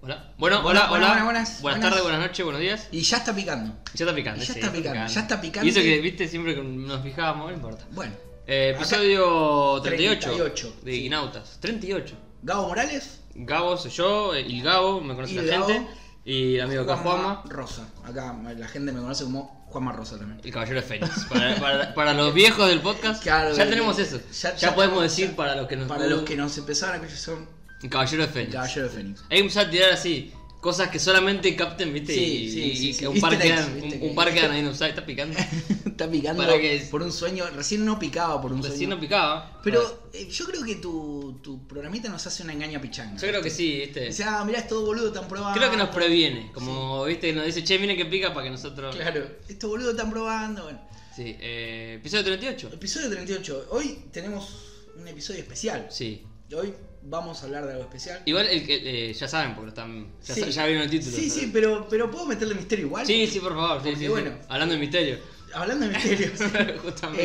Bueno, hola, Buenas, hola. buenas, buenas, buenas, buenas buenas. tardes, buenas noches, buenos días. Y ya está picando. Ya está picante. Y ya sí, está picante, ya está picante. Y eso que, viste, siempre que nos fijábamos, no importa. Bueno, Eh, Acá- episodio 38, 38, de sí. Guinautas. 38. Gabo Morales Gabo soy yo, eh, el Gabo, me conoce Y la Gabo. gente. Y amigo acá Juanma, Rosa. Acá la gente me conoce como Juanma Rosa también. el caballero de Fénix. Para, para- para los viejos del podcast, Claro, ya eh, tenemos eso. Ya, ya- ya podemos tenemos- decir ya- para los que nos Para los que nos empezaron a escuchar son El caballero de Fénix. Caballero de Fénix. Hay que empezar a tirar así. Cosas que solamente capten, viste, Sí, y, sí, y- sí, y sí. que un Easter par eggs, quedan, un, viste, un que- par quedan ahí, no sabe, está picando. está picando Para que- por un sueño. Recién no picaba por un Recién sueño. no picaba. Pero eh, yo creo que tu, tu programita nos hace una engaña pichanga. Yo creo que sí, viste. Dice, ah, mirá, estos boludo tan probando. Creo que nos previene. Como, viste, nos dice, che, miren que pica para que nosotros. Claro, estos boludos están probando. Bueno, Sí, eh, episodio 38. episodio 38. Hoy tenemos un episodio especial. Sí. Hoy vamos a hablar de algo especial. Igual el que- eh, ya saben, porque lo están. Ya, Sí. sa- ya vieron el título. Sí, pero- sí, pero, pero puedo meterle misterio igual. Sí, sí, por favor. sí, Porque sí, sí. bueno. Hablando de misterio. Hablando de misterios. Justamente.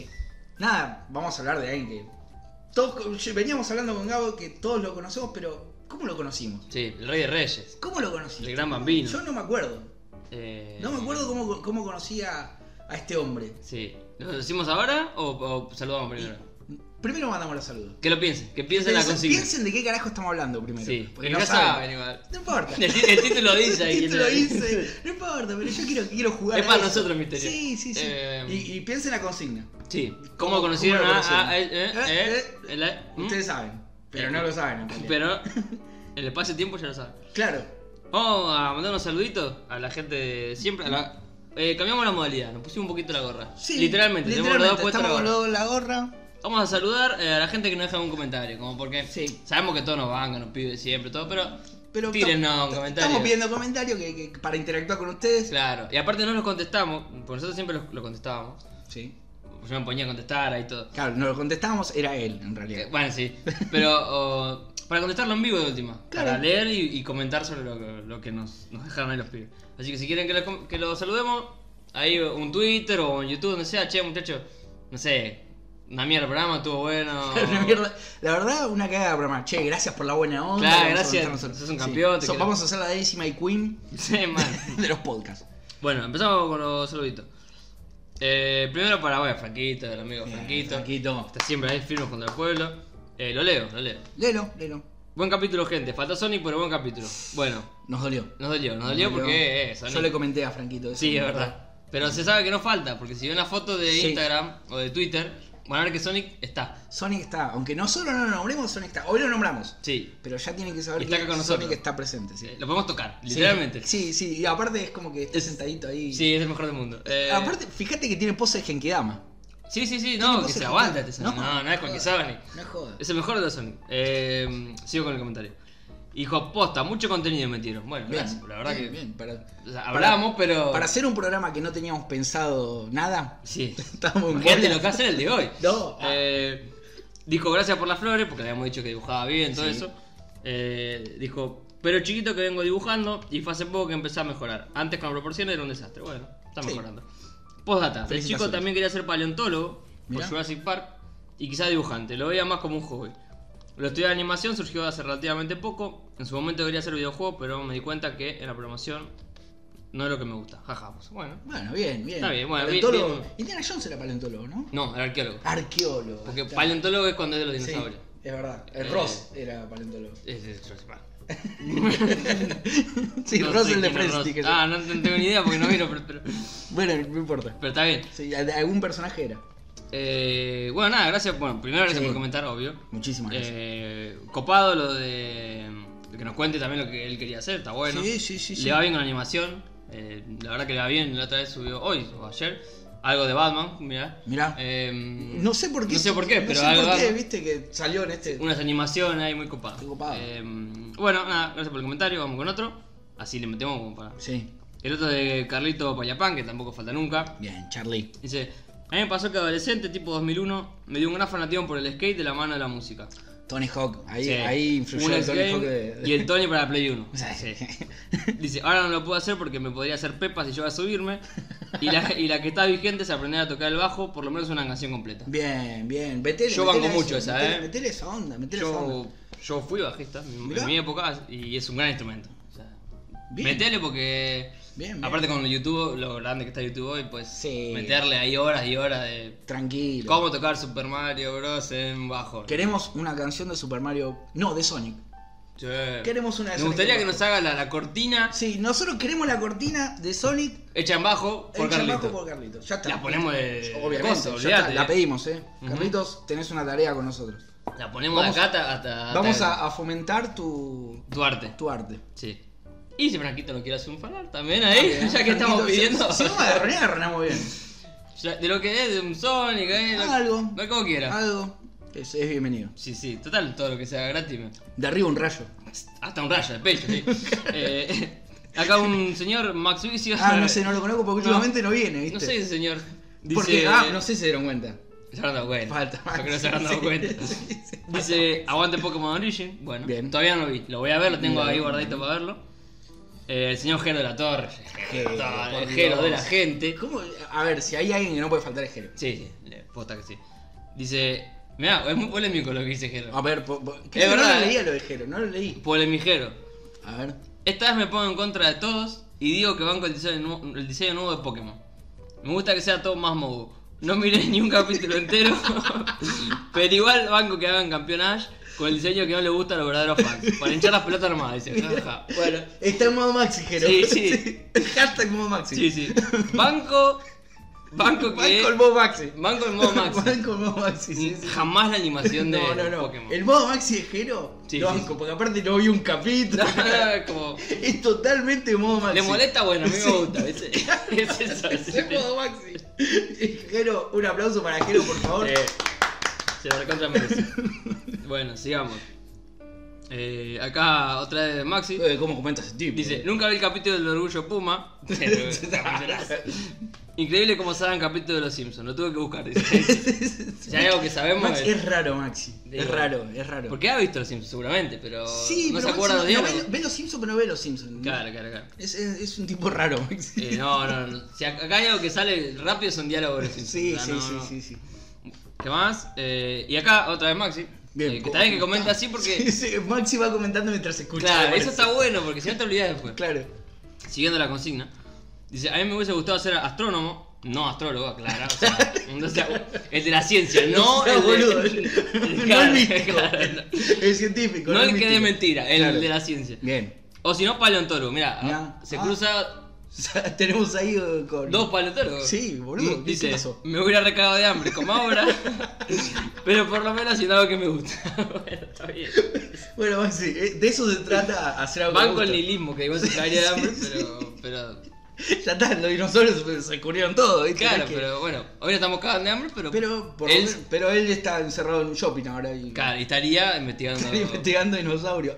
eh, nada, vamos a hablar de alguien que. Todos, con- yo- veníamos hablando con Gabo que todos lo conocemos, pero ¿cómo lo conocimos? Sí, el Rey de Reyes. ¿Cómo lo conocimos? El gran bambino. Yo no me acuerdo. Eh, No me acuerdo cómo, cómo conocí a, a este hombre. Sí. ¿Lo decimos ahora o, o saludamos primero? Primero mandamos los saludos. Que lo piensen, que piensen la Piensen- consigna. piensen de qué carajo estamos hablando primero. Sí, porque porque no ya saben. saben igual. No importa. El, ti- el título dice ahí. Sí, te lo el- hice. No importa, pero yo quiero, quiero jugar. Es a para eso. nosotros, misterio. Sí, sí, sí. Eh, y, y piensen la consigna. Sí. ¿Cómo- ¿Cómo conocieron cómo lo a- a. conocieron? a- eh, eh, Eh, eh, el- eh, mm? Ustedes saben, pero Eh, no lo saben. en realidad. Pero el espacio-tiempo ya lo saben. Claro, Vamos a mandar unos saluditos a la gente de siempre. a la- eh, cambiamos la modalidad, nos pusimos un poquito la gorra. sí. literalmente, tenemos los dos puestos la estamos gorra. con los dos la gorra. Vamos a saludar eh, a la gente que nos deja un comentario, como porque Sí. sabemos que todos nos bancan, nos piden siempre, todo, pero. Pero Tírennos tam- un t- comentario. Estamos pidiendo comentarios que, que- para interactuar con ustedes. Claro, y aparte no los contestamos, porque nosotros siempre los, los contestábamos. Sí. Yo me ponía a contestar ahí todo. Claro, no lo contestábamos, era él en Eh, realidad. Bueno, sí. Pero o, para contestarlo en vivo de última. Claro. Para leer y, y comentar sobre lo, que- lo que nos, nos dejaron ahí los pibes. Así que si quieren que los, com- que los saludemos, ahí un Twitter o en YouTube, donde sea, che, muchachos, no sé, una mierda el programa, estuvo bueno. Una mierda. La verdad, una cagada de programa. Che, gracias por la buena onda. Claro, vamos a gracias, aguantar nosotros. sos un Sí. campeón, te So- quiero. Vamos a hacer la décima y queen Sí, man. de los podcasts. Bueno, empezamos con los saluditos. Eh, primero para, bueno, Franquito, el amigo Franquito. Franquito. Está siempre ahí firme contra el pueblo. Eh, lo leo, lo leo. Lelo, lelo. Buen capítulo, gente. Falta Sony, pero buen capítulo. Bueno, Nos dolió. nos dolió, nos Nos dolió porque eh, Sony. Yo le comenté a Franquito eso. Sí, es verdad. Pero se sabe que no falta, porque si ven la foto de Sí. Instagram o de Twitter, van a ver que Sonic está. Sonic está, aunque nosotros no lo nombremos, Sonic está. Hoy lo nombramos. Sí. Pero ya tienen que saber Está que acá con Sonic nosotros. está presente, sí. Eh, Lo podemos tocar, Sí. literalmente. Sí, Sí, sí, y aparte es como que está sentadito ahí. es el mejor del mundo. Eh, Aparte, fíjate que tiene pose de Genkidama. Sí, sí, sí, no, que pose se de aguanta Genkidama. este Sonic. No, no, es cualquier Sonic. No es joda. Es el mejor de los Sonic. Eh, sigo con el comentario. Hijo, posta, mucho contenido metieron. Bueno, Bien, gracias, la verdad bien, que. bien, para, o sea, hablamos, pero. para hacer un programa que no teníamos pensado nada, Sí. estábamos en Imagínate bola. lo que hace el de hoy. No. Eh, dijo gracias por las flores, porque le habíamos dicho que dibujaba bien, todo Sí. eso. Eh, dijo, pero chiquito que vengo dibujando y fue hace poco que empecé a mejorar. Antes con proporciones era un desastre. Bueno, está Sí. mejorando. Postdata, el chico Felicitaciones. también quería ser paleontólogo Mirá. por Jurassic Park y quizás dibujante. Lo veía más como un hobby. Lo estudié de animación, surgió hace relativamente poco. En su momento quería hacer videojuegos, pero me di cuenta que en la programación no es lo que me gusta. Jaja, pues bueno. Bueno, bien, bien. Está bien, bueno, bien, Paleontólogo. bien. Indiana Jones era paleontólogo, ¿no? No, era arqueólogo. Arqueólogo. Porque Está. paleontólogo es cuando es de los Sí, dinosaurios. es verdad. El Eh, Ross era paleontólogo. Es, es Jurassic Park. Sí, No Ross sé el de quién es Ross. Fresty. que sí. Ah, no, no tengo ni idea porque no miro, pero, pero, Bueno, no importa. pero está bien. Sí, de algún personaje era. Eh, bueno, nada, gracias. Bueno, primero gracias Sí. por comentar, obvio. Muchísimas gracias. Eh, copado lo de lo que nos cuente también lo que él quería hacer, está bueno. Sí, sí, sí, sí. Le va bien con la animación. eh, la verdad que le va bien. La otra vez subió hoy o ayer algo de Batman, mirá. Mirá. Eh, no sé por qué. No sé por qué, no pero sé algo por qué, dando. viste que salió en este. Unas animaciones ahí muy copadas. Qué copado. Eh, bueno, nada, gracias por el comentario. Vamos con otro. Así le metemos como para. Sí. El otro de Carlito Payapán, que tampoco falta nunca. Bien, Charlie. Dice, a mí me pasó que adolescente, tipo 2001, me dio un gran fanatismo por el skate de la mano de la música. Tony Hawk. Ahí, Sí. ahí influyó Un el Tony skate Hawk de. de- Y el Tony para la Play 1. Sí. Sí. Dice, ahora no lo puedo hacer porque me podría hacer pepas si yo voy a subirme. Y la, y la que está vigente es aprender a tocar el bajo, por lo menos una canción completa. Bien, bien. Metele, Yo metele banco eso, mucho esa, metele- eh. Metele esa onda, metele esa Yo, onda. Yo fui bajista en mi- Mirá. en mi época y es un gran instrumento. O sea, Bien. Metele porque. Bien, bien. Aparte con YouTube, lo grande que está YouTube hoy, pues Sí. meterle ahí horas y horas de Tranquilo. cómo tocar Super Mario Bros. en bajo. Queremos una canción de Super Mario. No, de Sonic. Sí. Queremos una de Me Sonic gustaría en que bajo. nos haga la, la cortina Sí, nosotros queremos la cortina de Sonic hecha en bajo por hecha abajo Carlitos. por Carlitos. Ya está. La ponemos de- Obviamente, coso, ya olvidate. está, la pedimos, ¿eh? Ujú. Carlitos, tenés una tarea con nosotros. La ponemos Vamos- acá hasta, hasta- Vamos hasta a, a fomentar tu, tu arte. tu arte. Sí. Y si Franquito no quiere hacer un fanart también ahí, Bien, ¿Eh? ya que estamos Franquito, pidiendo. Si, si vamos a derronear, derroneamos bien. Ya, De lo que es, de un Sonic, eh, lo- Algo. lo como quiera. Algo es, es bienvenido. Sí, sí, total, todo lo que sea gratis. me- Derriba un rayo. Hasta un rayo de pecho, sí. Eh, acá un señor, Max Vicio. Ah, no sé, no lo conozco porque No. últimamente no viene, ¿viste? No sé ese señor. Dice, Porque, ah, no sé si se dieron cuenta. Se habrán dado cuenta. Falta Yo más. creo que se habrán dado Sí, cuenta. sí, sí. Dice, aguante Pokémon Origin. Bueno, Bien. todavía no lo vi. Lo voy a ver, lo tengo Bien. ahí guardadito para verlo. Eh, el señor Gero de la Torre. Gero de la Torre, por Gero de la Dios. gente. ¿Cómo? A ver, si hay alguien que no puede faltar es Jero. Sí, sí, le- posta que sí. Dice, mirá, es muy polémico lo que dice Gero. A ver, po- po- Es verdad, no lo eh. leía lo de Jero, no lo leí. Polemigero. A ver. Esta vez me pongo en contra de todos y digo que banco el diseño, nu- el diseño nuevo de Pokémon. Me gusta que sea todo más mogo. No miré ni un capítulo entero, pero igual banco que hagan campeón Ash con el diseño que no le gusta a los verdaderos fans. Para hinchar las pelotas armadas, dice. Ja, ja. Bueno, está en modo maxi, Jero. Sí, sí. Hashtag modo maxi. Sí, sí. Banco. Banco Van que. con modo maxi. Banco en modo Van Max. con modo maxi, sí, sí. Jamás la animación de No, no, no. Pokémon. El modo maxi de Jero Sí, lo sí, banco, porque aparte no vi un capítulo. No, no, es como. Es totalmente modo maxi. Le molesta, bueno, a mí Sí. me gusta. Es, es eso. Es sí. modo maxi. Jero, un aplauso para Jero, por favor. Eh, se lo recontra merece. Bueno, sigamos. Eh, acá otra vez Maxi. Eh, ¿Cómo comenta ese tipo? Dice, nunca vi el capítulo del orgullo Puma. Increíble como saben capítulo de los Simpsons, lo tuve que buscar. Dice. Si hay algo que sabemos Maxi, es- es raro, Maxi. Digo, Es raro, es raro. Porque ha visto los Simpsons seguramente, pero Sí, no pero se acuerda Maxi de no- los no ve, diálogos. ve los Simpsons, pero no ve los Simpsons. Claro, claro, claro. Es, es- es un tipo raro, Maxi. Eh, no, no, no. Si ac- acá hay algo que sale rápido son diálogos de los Simpsons. sí, O sea, sí, no, sí, no. sí, sí. ¿Qué más? Eh, y acá otra vez Maxi. Bien, eh, que ¿cómo- está bien que cómo comenta está? así porque Sí, sí, Maxi va comentando mientras escucha. Claro, me eso parece. está bueno porque si no te olvidas después. Claro. Siguiendo la consigna, dice: A mí me hubiese gustado ser astrónomo, no astrólogo, aclarar. O sea, no sea- el de la ciencia, no sea el de- boludo. No claro, el místico. claro, no. El científico. No el que místico. de mentira, el Claro. de la ciencia. Bien. O si no, paleontólogo. Mira, Ya. se Ah. cruza O sea, tenemos ahí eh, con. dos paleontólogos. Sí, boludo, Mm, ¿qué Dice: pasó? Me hubiera recagado de hambre, como ahora. pero por lo menos haciendo algo que me gusta. bueno, está bien. Bueno, Maxi, eh, de eso se trata hacer algo. Banco con el gusto. nihilismo, que igual se cagaría de hambre, sí, pero. pero Ya está, los dinosaurios se- se cubrieron todo, ¿viste? Claro, Es que- pero bueno, hoy no estamos cagados de hambre, pero. Pero, por lo él, menos- pero él está encerrado en un shopping ahora y claro, Ah, y estaría investigando. está investigando dinosaurios.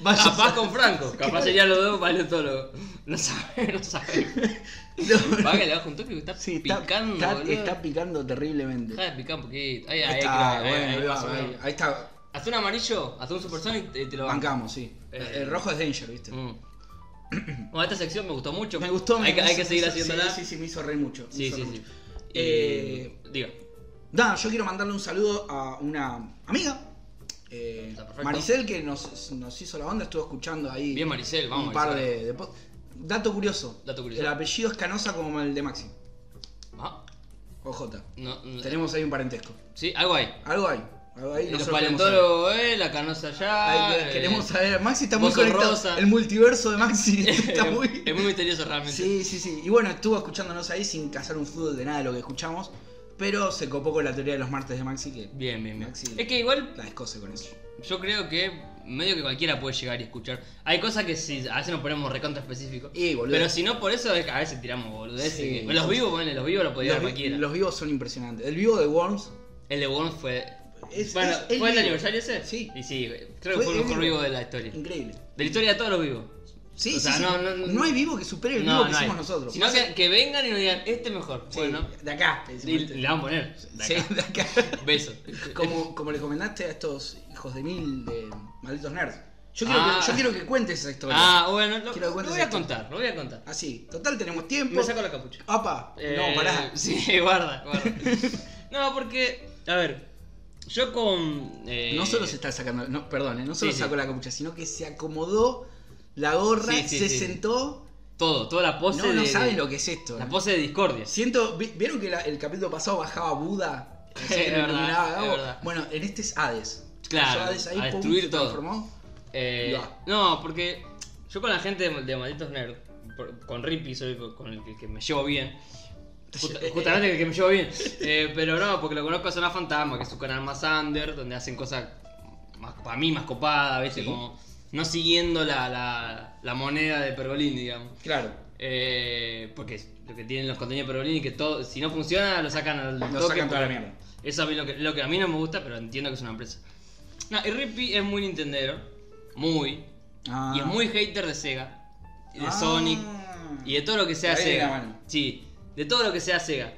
Vaya a Capaz saber. con Franco, capaz serían los dos paleontólogos. No sabe, no sabe. No, Va que le bajo un toque que está sí, está, picando. está- boludo. está picando terriblemente. Deja de picar un poquito. Ahí, ahí, Ahí ahí, está, claro, ahí, bueno, ahí, ahí va, más o ahí- menos. ahí está. Haz un amarillo, haz un supersonic y te lo banco. Bancamos, sí. Eh. el rojo es danger, ¿viste? Mm. Bueno, esta sección me gustó mucho. Me gustó, me Hay, que- hay me que hizo- seguir sí, haciéndola. Sí, sí, me hizo reír mucho. me Sí, hizo sí, reír sí. mucho. Y- Eh, Diga. Nada, yo quiero mandarle un saludo a una amiga, eh, Está perfecto. Maricel, que nos, nos hizo la onda, estuvo escuchando ahí Bien, Maricel, vamos. un par Maricel. de, de pod- Dato curioso. Dato curioso. El apellido es Canosa como el de Maxi. Ah, OJ. no, no- Tenemos ahí un parentesco. Sí, algo hay. Algo hay. Algo hay. Eh. Y los nosotros queremos saber. paleontólogos, eh, la canosa allá. Ahí, eh, Queremos saber. Maxi está muy Bozo conectado. Rosa. El multiverso de Maxi está muy. Es muy misterioso realmente. Sí, sí, sí. Y bueno, estuvo escuchándonos ahí sin cazar un fútbol de nada de lo que escuchamos. Pero se copó con la teoría de los martes de Maxi que Bien, bien, bien. Maxi. Es que igual la descose con eso. yo creo que medio que cualquiera puede llegar y escuchar. Hay cosas que si a veces nos ponemos recontra específicos. Y, boludo. Pero si no por eso es que a veces tiramos boludeces. Sí. que- Los vivos, bueno, los vivos lo podía dar Los, vi- cualquiera. los vivos son impresionantes. El vivo de Worms. El de Worms fue. Es- bueno, es el ¿fue el, vivo. aniversario ese? Sí. Y sí, creo que fue el mejor vivo de la historia. De Increíble. la historia de todos los vivos. Sí, O sea, sí, sí. no- no- no- hay vivo que supere el vivo que hay. hicimos nosotros. Sino Más- que, que vengan y nos digan, este es mejor. sí, Bueno, de acá. te y decimos. le vamos a poner. De Sí, acá. de acá. Beso. Como, como le comentaste a estos hijos de mil de malditos nerds. Yo quiero, Ah. que, yo quiero que cuentes esa historia. Ah, bueno, lo, Quiero que lo cuentes voy a esto. contar, lo voy a contar. Así, total tenemos tiempo. Me saco la capucha. Apa, Eh, no, pará. Sí, guarda, guarda. no, porque, a ver, Yo con. eh, No solo se está sacando, no, perdón, eh, no solo Sí, sí. sacó la capucha, sino que se acomodó la gorra, Sí, sí, se sí. sentó. Todo, toda la pose. no, no de- saben de- lo que es esto. eh. La pose de discordia. Siento, vi- ¿vieron que la- el capítulo pasado bajaba Buda? Es Que verdad, iluminaba a Gabo? es verdad. Bueno, en este es Hades. Claro, Pasó Hades ahí, a pum, destruir se todo. transformó. Eh, Ya. no, porque yo con la gente de, de Malditos Nerd, por- con Rippy, soy con el que, que me llevo bien. Justa- eh, justamente el que me llevo bien. Eh, pero no, porque lo conozco a Zona Fantasma, que es un canal más under, donde hacen cosas más, para mí más copadas, ¿viste? Sí. Como no siguiendo la, la, la moneda de Pergolín, digamos. Claro. Eh, porque lo que tienen los contenidos de Pergolín y que todo, si no funciona, lo sacan al Lo toque sacan toda por- la mierda. eso a mí lo que, lo que a mí no me gusta, pero entiendo que es una empresa. No, y Rippy es muy Nintendero. Muy. Ah. Y es muy hater de Sega. Y de Ah. Sonic. Y de todo lo que sea Ahí viene la Sega. mano. Sí, de todo lo que sea Sega.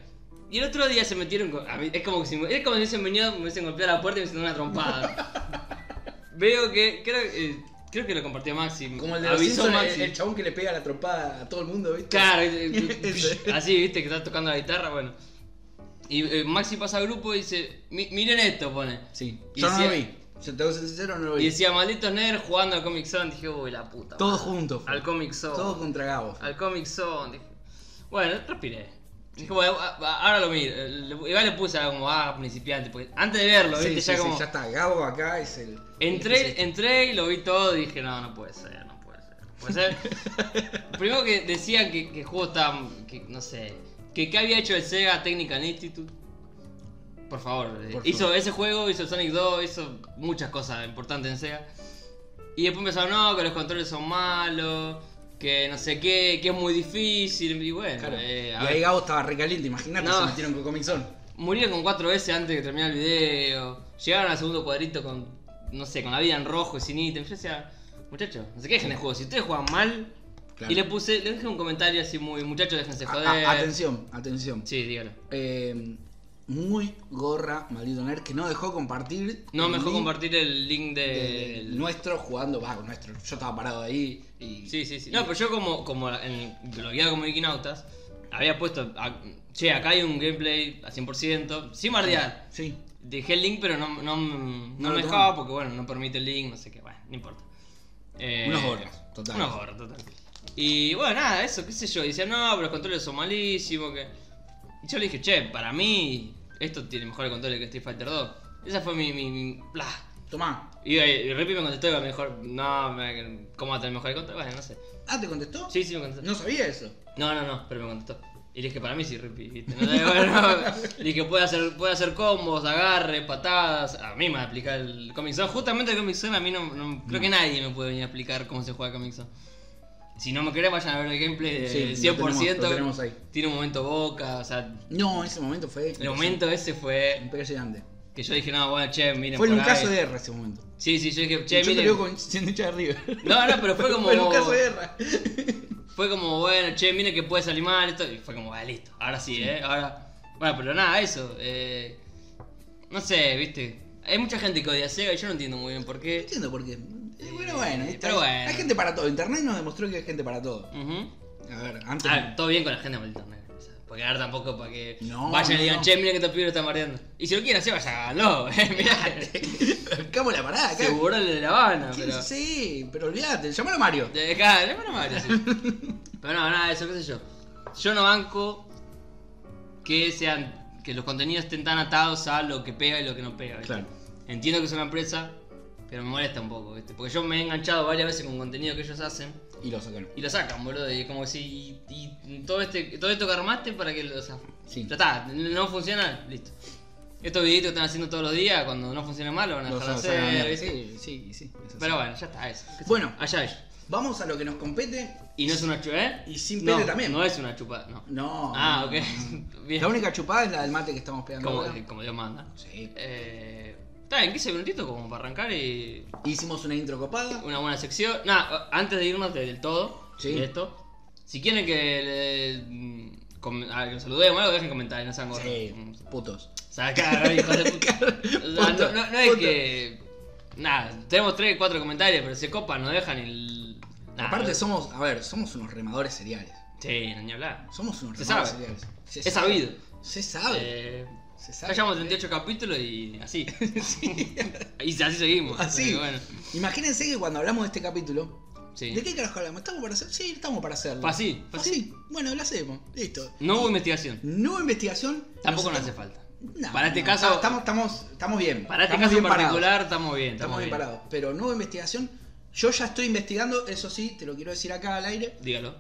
Y el otro día se metieron con. a mí- es como que si me, es como si hubiesen venido, me hubiesen golpeado la puerta y me hubiesen dado una trompada. Veo que. Creo, eh, creo que lo compartió Maxi. Como el de los Avisó Simpsons, el- Maxi. el chabón que le pega la trompada a todo el mundo, ¿viste? Claro, eh, Ese. eh, así, viste, que está tocando la guitarra, bueno. Y eh, Maxi pasa al grupo y dice, "Mi- miren esto, pone. Sí. Y Yo no lo decía- vi. Si te voy a ser sincero, no lo Y vi. decía, malditos nerds jugando al Comic Zone. Dije, uy, la puta. Todos madre". juntos fue. Al Comic Zone. Todo contra Gabo. Al Comic Zone. Dije, bueno, respiré. Dije, bueno, a- a- ahora lo miro. Eh, Le- Igual le puse como, ah, principiante. Porque antes de verlo, Sí, viste, sí, ya sí, como. ya está. Gabo acá es el. Entré, entré y lo vi todo y dije, no, no puede ser, no puede ser. no Puede ser. Primero que decían que, que el juego estaba, que, no sé, que qué había hecho el Sega Technical Institute. Por favor, eh, favor. hizo ese juego, hizo Sonic 2, hizo muchas cosas importantes en Sega. Y después empezaron, no, que los controles son malos, que no sé qué, que es muy difícil. Y bueno, Claro. eh, a y ver, ahí Gabo estaba recaliente, imagínate, No. se metieron con Comic Zone. murieron con cuatro veces antes de que terminara el video. Llegaron al segundo cuadrito con, no sé, con la vida en rojo y sin ítem. Yo decía, muchachos, no se quejen del juego. Si ustedes juegan mal. Claro. Y le puse, le dejé un comentario así muy, muchachos, déjense A- joder. a- atención, atención. Sí, dígalo. Eh, muy gorra, maldito nerd, que no dejó compartir. No, el me dejó link compartir el link del- del. Nuestro jugando, va, nuestro. Yo estaba parado ahí y. Sí, sí, sí. No, pero yo como, como en lo guía como Iquinautas, había puesto, a- che, acá hay un gameplay a 100%, sin bardear. Sí. Dejé el link, pero no, no, no No lo me tomo. dejaba porque, bueno, no permite el link, no sé qué, bueno, no importa. Eh, Unos gorros, total. Unos gorros, total. Y bueno, nada, eso, qué sé yo. Dicen, no, pero los controles son malísimos. Que... Y yo le dije, che, para mí, esto tiene mejores controles que Street Fighter 2. Esa fue mi. mi, mi- bla. Tomá. Y, y Rippy me contestó que mejor. No, me- ¿cómo va a tener mejores controles? Bueno, no sé. Ah, ¿te contestó? Sí, sí, me contestó. No sabía eso. No, no, no, pero me contestó. Y le dije, para mí sí, Rippy, ¿viste? No, le- bueno, le dije, puede hacer, puede hacer combos, agarres, patadas. A mí me va a explicar el Comic Zone. Justamente el Comic Zone, a mí no, no- creo que nadie me puede venir a explicar cómo se juega Comic Zone. Si no me querés, vayan a ver el gameplay de Sí, lo 100%. tenemos- lo tenemos ahí. Tiene un momento boca, o sea, No, ese momento fue. el momento ese fue Impresionante. que yo dije, no, bueno, che, miren. Fue por un caso ahí. de guerra ese momento. Sí, sí, yo dije, che, yo te miren. veo con hincha de River. No, no, pero fue como. Fue un caso de guerra. Fue como, bueno, che, mire que puede salir mal esto. Y fue como, ah, listo. Ahora sí, ¿eh? Ahora. Bueno, pero nada, eso. eh, No sé, viste. Hay mucha gente que odia a Sega y yo no entiendo muy bien por No qué. entiendo por qué. Eh, Bueno, bueno, ahí está. Pero bueno. Hay gente para todo. Internet nos demostró que hay gente para todo. Ujú. A ver, antes. A ver, todo bien con la gente de maldito negro. o sea, Porque ahora tampoco para que No, vayan y no, digan, no. che, mire que estos pibes lo están bardeando. Y si lo quieren hacer, vayan, háganlo. eh, mirá. Cabo la parada acá. Se borró el de La Habana, Sí, pero. sí, pero olvídate, llamalo a Mario. De acá, de buena madre, sí. Pero no, nada, eso, qué sé yo. Yo no banco que sean. que los contenidos estén tan atados a lo que pega y lo que no pega. ¿viste? Claro. Entiendo que es una empresa, pero me molesta un poco, ¿viste? Porque yo me he enganchado varias veces con contenido que ellos hacen Y lo sacaron. y lo sacan, boludo. Y es como que si. Y, y todo este. Todo esto que armaste para que lo. O sea, Sí. Ya está, no funciona, listo. Estos videitos que están haciendo todos los días, cuando no funciona mal, lo van a Lo dejar de sacaron a hacer, la ¿viste? Sí, sí, sí. es así. Pero bueno, ya está, eso. Bueno. allá ellos. Vamos a lo que nos compete. Y no es una chupa, ¿eh? Y sin no, pele también. No es una chupa, no. No. ah, no, ok. no, no. Bien. La única chupada es la del mate que estamos pegando. como, ahora. como Dios manda. Sí. Eh, está bien, 15 minutitos como para arrancar y Hicimos una intro copada. una buena sección. Nada, antes de irnos de- del todo, Sí. de esto, si quieren que le, mm, com- a- que los saludemos o algo, dejen comentarios, no sean gordos. Sí, Mm, putos. O sea, claro, hijos de puta. O sea, Punto, no, no- no es punto. que. Nada, tenemos 3, 4 comentarios, pero se copan, no dejan el. nada, Aparte no- somos, a ver, somos unos remadores seriales. Sí, no ni hablar. Somos unos Se remadores sabe. seriales. Se Es sabe. sabido. Se sabe. Eh, ya se sabe. llevamos 38 capítulos y así. Sí. Y así seguimos. Así. Pero Bueno, Ah, Imagínense que cuando hablamos de este capítulo, sí. ¿de qué carajo hablamos? ¿Estamos para hacer? Sí, estamos para hacerlo. Fue así, fue Fue así. así. Bueno, lo hacemos. Listo. No hubo investigación. No investigación. Mm. Tampoco nos nos hace estamos- falta. No, Para este no, caso- Estamos, estamos, estamos bien. Para este Estamos caso en bien parados. particular estamos bien. Estamos bien parados. Pero nueva investigación. Yo ya estoy investigando, eso sí, te lo quiero decir acá al aire. Dígalo.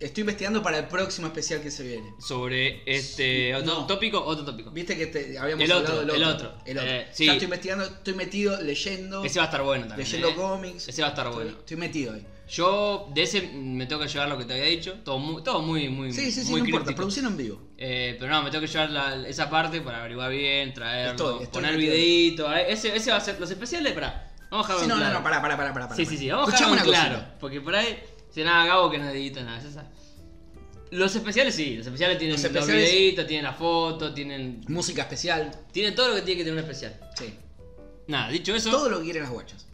Estoy investigando para el próximo especial que se viene. Sobre este. Sí, ¿Otro no. tópico? Otro tópico. Viste que te- habíamos El hablado otro, del el otro. otro. Eh, sí. Ya estoy investigando, estoy metido leyendo, Ese va a estar bueno también. leyendo eh. cómics. Ese va a estar Estoy- bueno. Estoy metido ahí. Yo de ese me tengo que llevar lo que te había dicho. Todo muy, todo muy, muy, Sí, sí, sí, muy no importa. críptico. Producción en vivo. Eh, pero no, me tengo que llevar la- esa parte para averiguar bien, traerlo, Estoy- estoy poner metido. videito. eh. Ese, ese va a ser los especiales, para. Vamos a dejarlo Sí, en no, claro. no, no, pará, pará, pará. pará sí, pará. sí, sí, vamos a Escuchame dejarlo en una claro. cosita. Porque por ahí se nada Gabo que no edita nada, ya sabes. Los especiales sí, los especiales tienen los, Los especiales- videitos, tienen la foto, tienen. Música especial. Tienen todo lo que tiene que tener un especial. Sí. Nada, dicho eso, todo. Todo lo que quieren las guachas.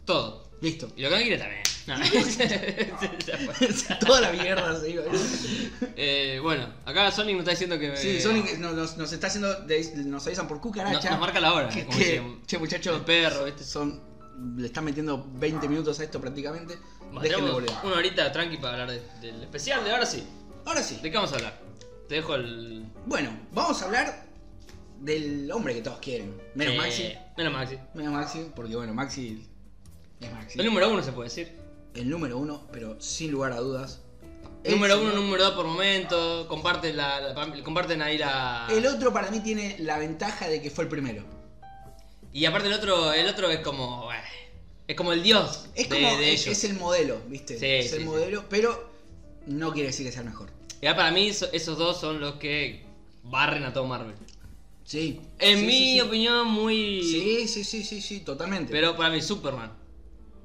Listo. Y lo que no quiere también. Nada. Ya fue. Toda la mierda, se digo. Eh, bueno, acá Sonic nos está diciendo que. Sí, eh, Sonic nos, nos- nos está haciendo. de- nos avisan por no- cucaracha. nos marca la hora. que, como que- decíamos. che, muchachos, el perro, ¿viste? son. Le están metiendo 20 minutos a esto prácticamente. Bueno, Déjenme tenemos volver. una horita tranqui para hablar de- del especial de ahora sí. Ahora sí. ¿De qué vamos a hablar? Te dejo el. Bueno, vamos a hablar del hombre que todos quieren. Menos eh, Maxi. Menos Maxi. Menos Maxi, porque bueno, Maxi es Maxi. El número uno se puede decir. El número uno, pero sin lugar a dudas. el número uno, señor- número dos por momento. Comparten, la, la- comparten ahí la. El otro para mí tiene la ventaja de que fue el primero. Y aparte el otro, el otro es como. eh, es como el dios Es de, como. de es, ellos. es el modelo, ¿viste? Sí, es sí, el sí. modelo, pero no quiere decir que sea el mejor. Ya para mí so- esos dos son los que barren a todo Marvel. Sí. En Sí, mi sí, sí. opinión, muy. Sí, sí, sí, sí, sí, totalmente. Pero para mí, Superman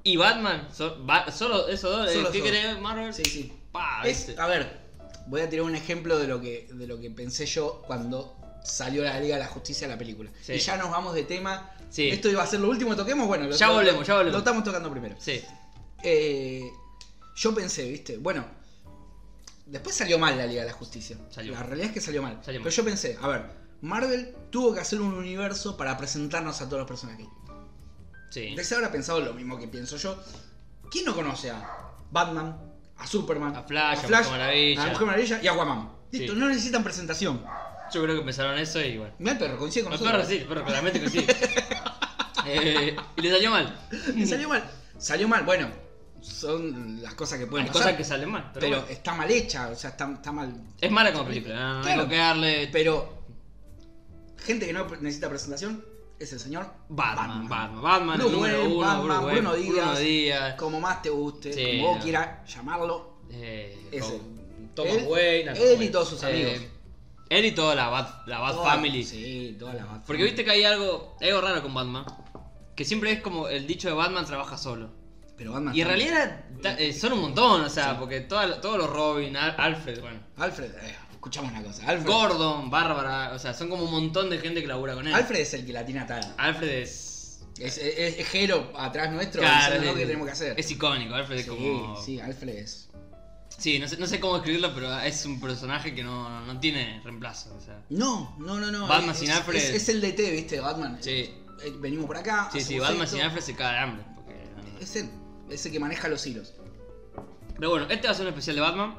y Batman, son- va- solo esos dos. Solo ¿Qué esos crees, Marvel? Sí, sí. Pa, Es- viste. a ver, voy a tirar un ejemplo de lo que, de lo que pensé yo cuando salió la Liga de la Justicia la película. Sí. Y ya nos vamos de tema. Sí. Esto iba a ser lo último que toquemos, bueno. lo- Ya lo- volvemos, ya volvemos. Lo estamos tocando primero. Sí. Eh, yo pensé, viste, bueno. Después salió mal la Liga de la Justicia. Salió. La realidad es que salió mal. Salió mal. Pero yo pensé, a ver, Marvel tuvo que hacer un universo para presentarnos a todos los personajes. Sí. De ese habrá pensado lo mismo que pienso yo. ¿Quién no conoce a Batman, a Superman, A Flash, a Mujer Maravilla. a Mujer Maravilla y a Aquaman? Listo, Sí. no necesitan presentación. Yo creo que pensaron eso y bueno. Mira el perro, coincide con El nosotros. perro sí, el perro claramente que sí. Eh, y le salió mal. Y Salió mal. Salió mal, bueno, son las cosas que pueden Hay pasar. cosas que salen mal, pero, pero bueno. está mal hecha, o sea, está, está mal. es mala como película. No, no Claro. hay que darle. Pero gente que no necesita presentación es el señor Batman, Batman. Batman, Batman, el Bruce número Wayne, uno, Batman, Bruce Wayne, Bruno Bruno Díaz. Díaz. Como más te guste, Sí, como vos no. quieras llamarlo. Eh, Es con él. Thomas Él- Wayne. él Thomas y Wayne. Eh, todos sus amigos. él y toda la Bat, la Bat Toda- Family. Sí, toda la Bat Porque viste que hay algo, hay algo raro con Batman. Que siempre es como el dicho de Batman trabaja solo. Pero Batman. Y en está- realidad ta- eh, son un montón, o sea, porque toda- todos los Robin, Al- Alfred, bueno. Alfred, eh, escuchamos una cosa. Alfred, Gordon, Bárbara, o sea, son como un montón de gente que labura con él. Alfred es el que la tiene atada. Alfred es. Es, es, es Jero atrás nuestro Claro, diciendo es- lo que tenemos que hacer. Es icónico, Alfred es sí, como. Sí, sí, Alfred es. no, sé, no sé cómo escribirlo, pero es un personaje que no, no- no tiene reemplazo, o sea. No, no, no, no. Batman es, sin Alfred. Es, es el DT, viste, Batman. Sí. Eh, Venimos por acá. Sí, sí, hacemos Batman esto. sin Alfred se cae de hambre. porque no- Es él. Es el que maneja los hilos. Pero bueno, este va a ser un especial de Batman.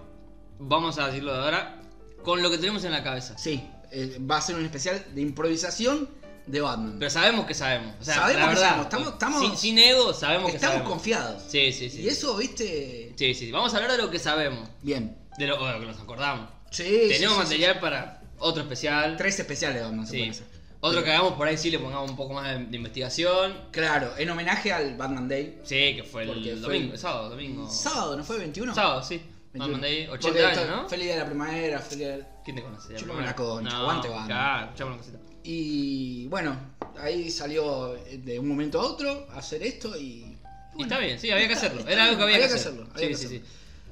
Vamos a decirlo de ahora. Con lo que tenemos en la cabeza. Sí, eh, va a ser un especial de improvisación de Batman. Pero sabemos que sabemos. O sea, Sabemos la que verdad. sabemos, estamos- estamos- sin, sin ego, sabemos que Estamos sabemos. confiados. Sí, sí, sí. Y eso, viste. Sí, sí, sí. Vamos a hablar de lo que sabemos. Bien. De lo, o de lo que nos acordamos. Sí, Tenemos sí, sí, material para otro especial. sí. Tres especiales de Batman se Sí. pueden hacer. Otro que hagamos por ahí sí le pongamos un poco más de, de investigación. Claro, en homenaje al Batman Day. Sí, que fue el Porque fue domingo, el- sábado, domingo. Sábado, ¿no fue 21? Sábado, sí. 21. Batman Day, Porque 80 años, esto- ¿no? Feliz de la primavera, feliz de ¿Quién te conoce? Chupame primera. la concha, aguante, Batman. Claro, chupame la cosita. Y bueno, ahí salió eh, de un momento a otro hacer esto y. y bueno, está bien, sí, había que está- hacerlo. está Era algo bien, que había, que hacer. hacerlo. había que sí, sí, hacerlo.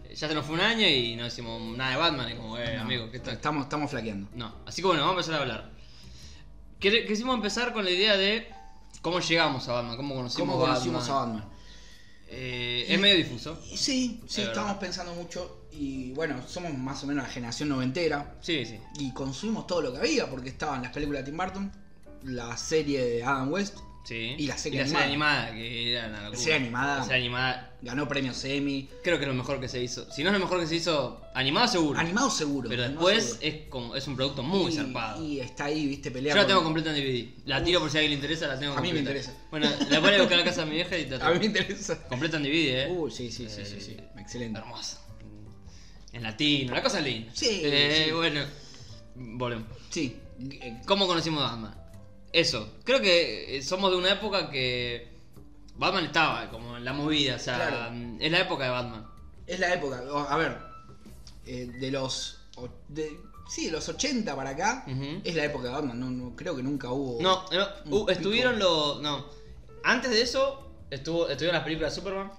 sí. Ya se nos fue un año y no hicimos nada de Batman. Es como, eh, No, amigo, ¿qué tal? Estamos, estamos flaqueando. No, así que bueno, vamos a empezar a hablar. Quere- Quisimos empezar con la idea de cómo llegamos a Batman, cómo conocimos, ¿Cómo conocimos Batman. a Batman? Eh, es medio difuso. Y Sí, sí, Es estábamos verdad. pensando mucho. Y bueno, somos más o menos la generación noventera. Sí, sí. Y consumimos todo lo que había, porque estaban las películas de Tim Burton, la serie de Adam West. Sí. Y la serie animada, que era una La locura. serie animada La serie animada ganó premios Emmy. creo que es lo mejor que se hizo. Si no es lo mejor que se hizo, animada seguro. Animado seguro. pero animado después seguro. es como es un producto muy Y- zarpado. Y está ahí, viste, Yo pelea. la con- tengo completa en DVD. La tiro por si a alguien le interesa, la tengo A mí me completa. interesa. Bueno, la voy a buscar a la casa de mi vieja y te A mí me interesa. Completa en DVD, eh. Uh, sí, sí, sí, sí, sí. Eh, Excelente. Hermosa. Mm. En latino, la cosa es linda. Sí, Eh, sí. bueno. Volvemos. Sí. eh, ¿Cómo conocimos a Batman? Eso. Creo que eh, somos de una época que. Batman estaba eh, como en la movida, o sea, Claro. mm, es la época de Batman. Es la época. o- A ver. eh, de los. o- de- sí, de los 80 para acá. Ujú. Es la época de Batman. No, no, creo que nunca hubo. No, no, Un uh, pico. estuvieron los. No. Antes de eso, estuvo, estuvieron las películas de Superman,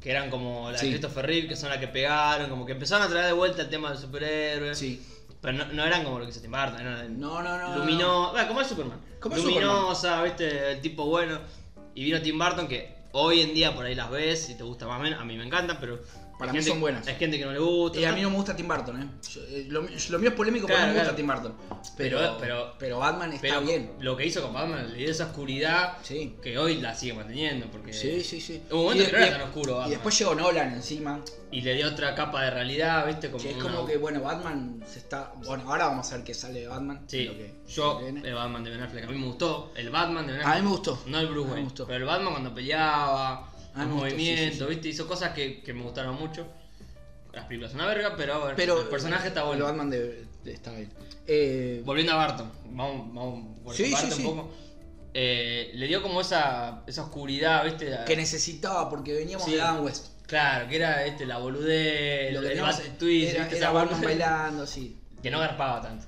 que eran como las Sí. de Christopher Reeve, que son las que pegaron, como que empezaron a traer de vuelta el tema del superhéroe. Sí. Pero no, no eran como lo que se te Burton, eran No, no, no. no, no. luminosa. Bueno, como es Superman. Como es Luminosa, viste, el tipo bueno. Y vino Tim Burton, que hoy en día por ahí las ves, si te gusta más o menos, a mí me encantan, pero. Para hay mí gente- son buenas. Hay gente que no le gusta. Y a mí no me gusta Tim Burton, ¿eh? Yo- eh, lo, mi- lo mío es polémico, Claro, pero no me claro. gusta Tim Burton. Pero, Pero- pero, pero- Batman está pero bien. lo que hizo con Batman, le dio esa oscuridad Sí. que hoy la sigue manteniendo. Porque Sí, sí, sí. Eh, Hubo un momento Y que no era de- tan oscuro Y Batman. después llegó Nolan encima. Y le dio otra capa de realidad, ¿viste? Como que es una- como que, bueno, Batman se está. Bueno, ahora vamos a ver qué sale de Batman. Sí, lo que- lo yo, que viene. el Batman de Ben Affleck, a mí me gustó. El Batman de Ben A Affleck. mí me gustó. No el Bruce A mí me Wayne. gustó. Pero el Batman cuando peleaba, los A mí me gustó, sí, sí, movimientos, sí. ¿viste? Hizo cosas que, que me gustaron mucho. Las películas son una verga, pero, bueno, Pero el personaje está El bueno. Batman de, de- está bien. Eh, Volviendo a Barton, vamos, vamos por Sí, sí, Barton sí. un poco. Eh, le dio como esa, esa oscuridad, ¿viste? La- que necesitaba porque veníamos Sí. de Adam West. Claro, que era este, la boludez, Lo el, que el teníamos Bat Twist, era, ¿viste? era Esa Batman boludez bailando, así. Que no garpaba tanto.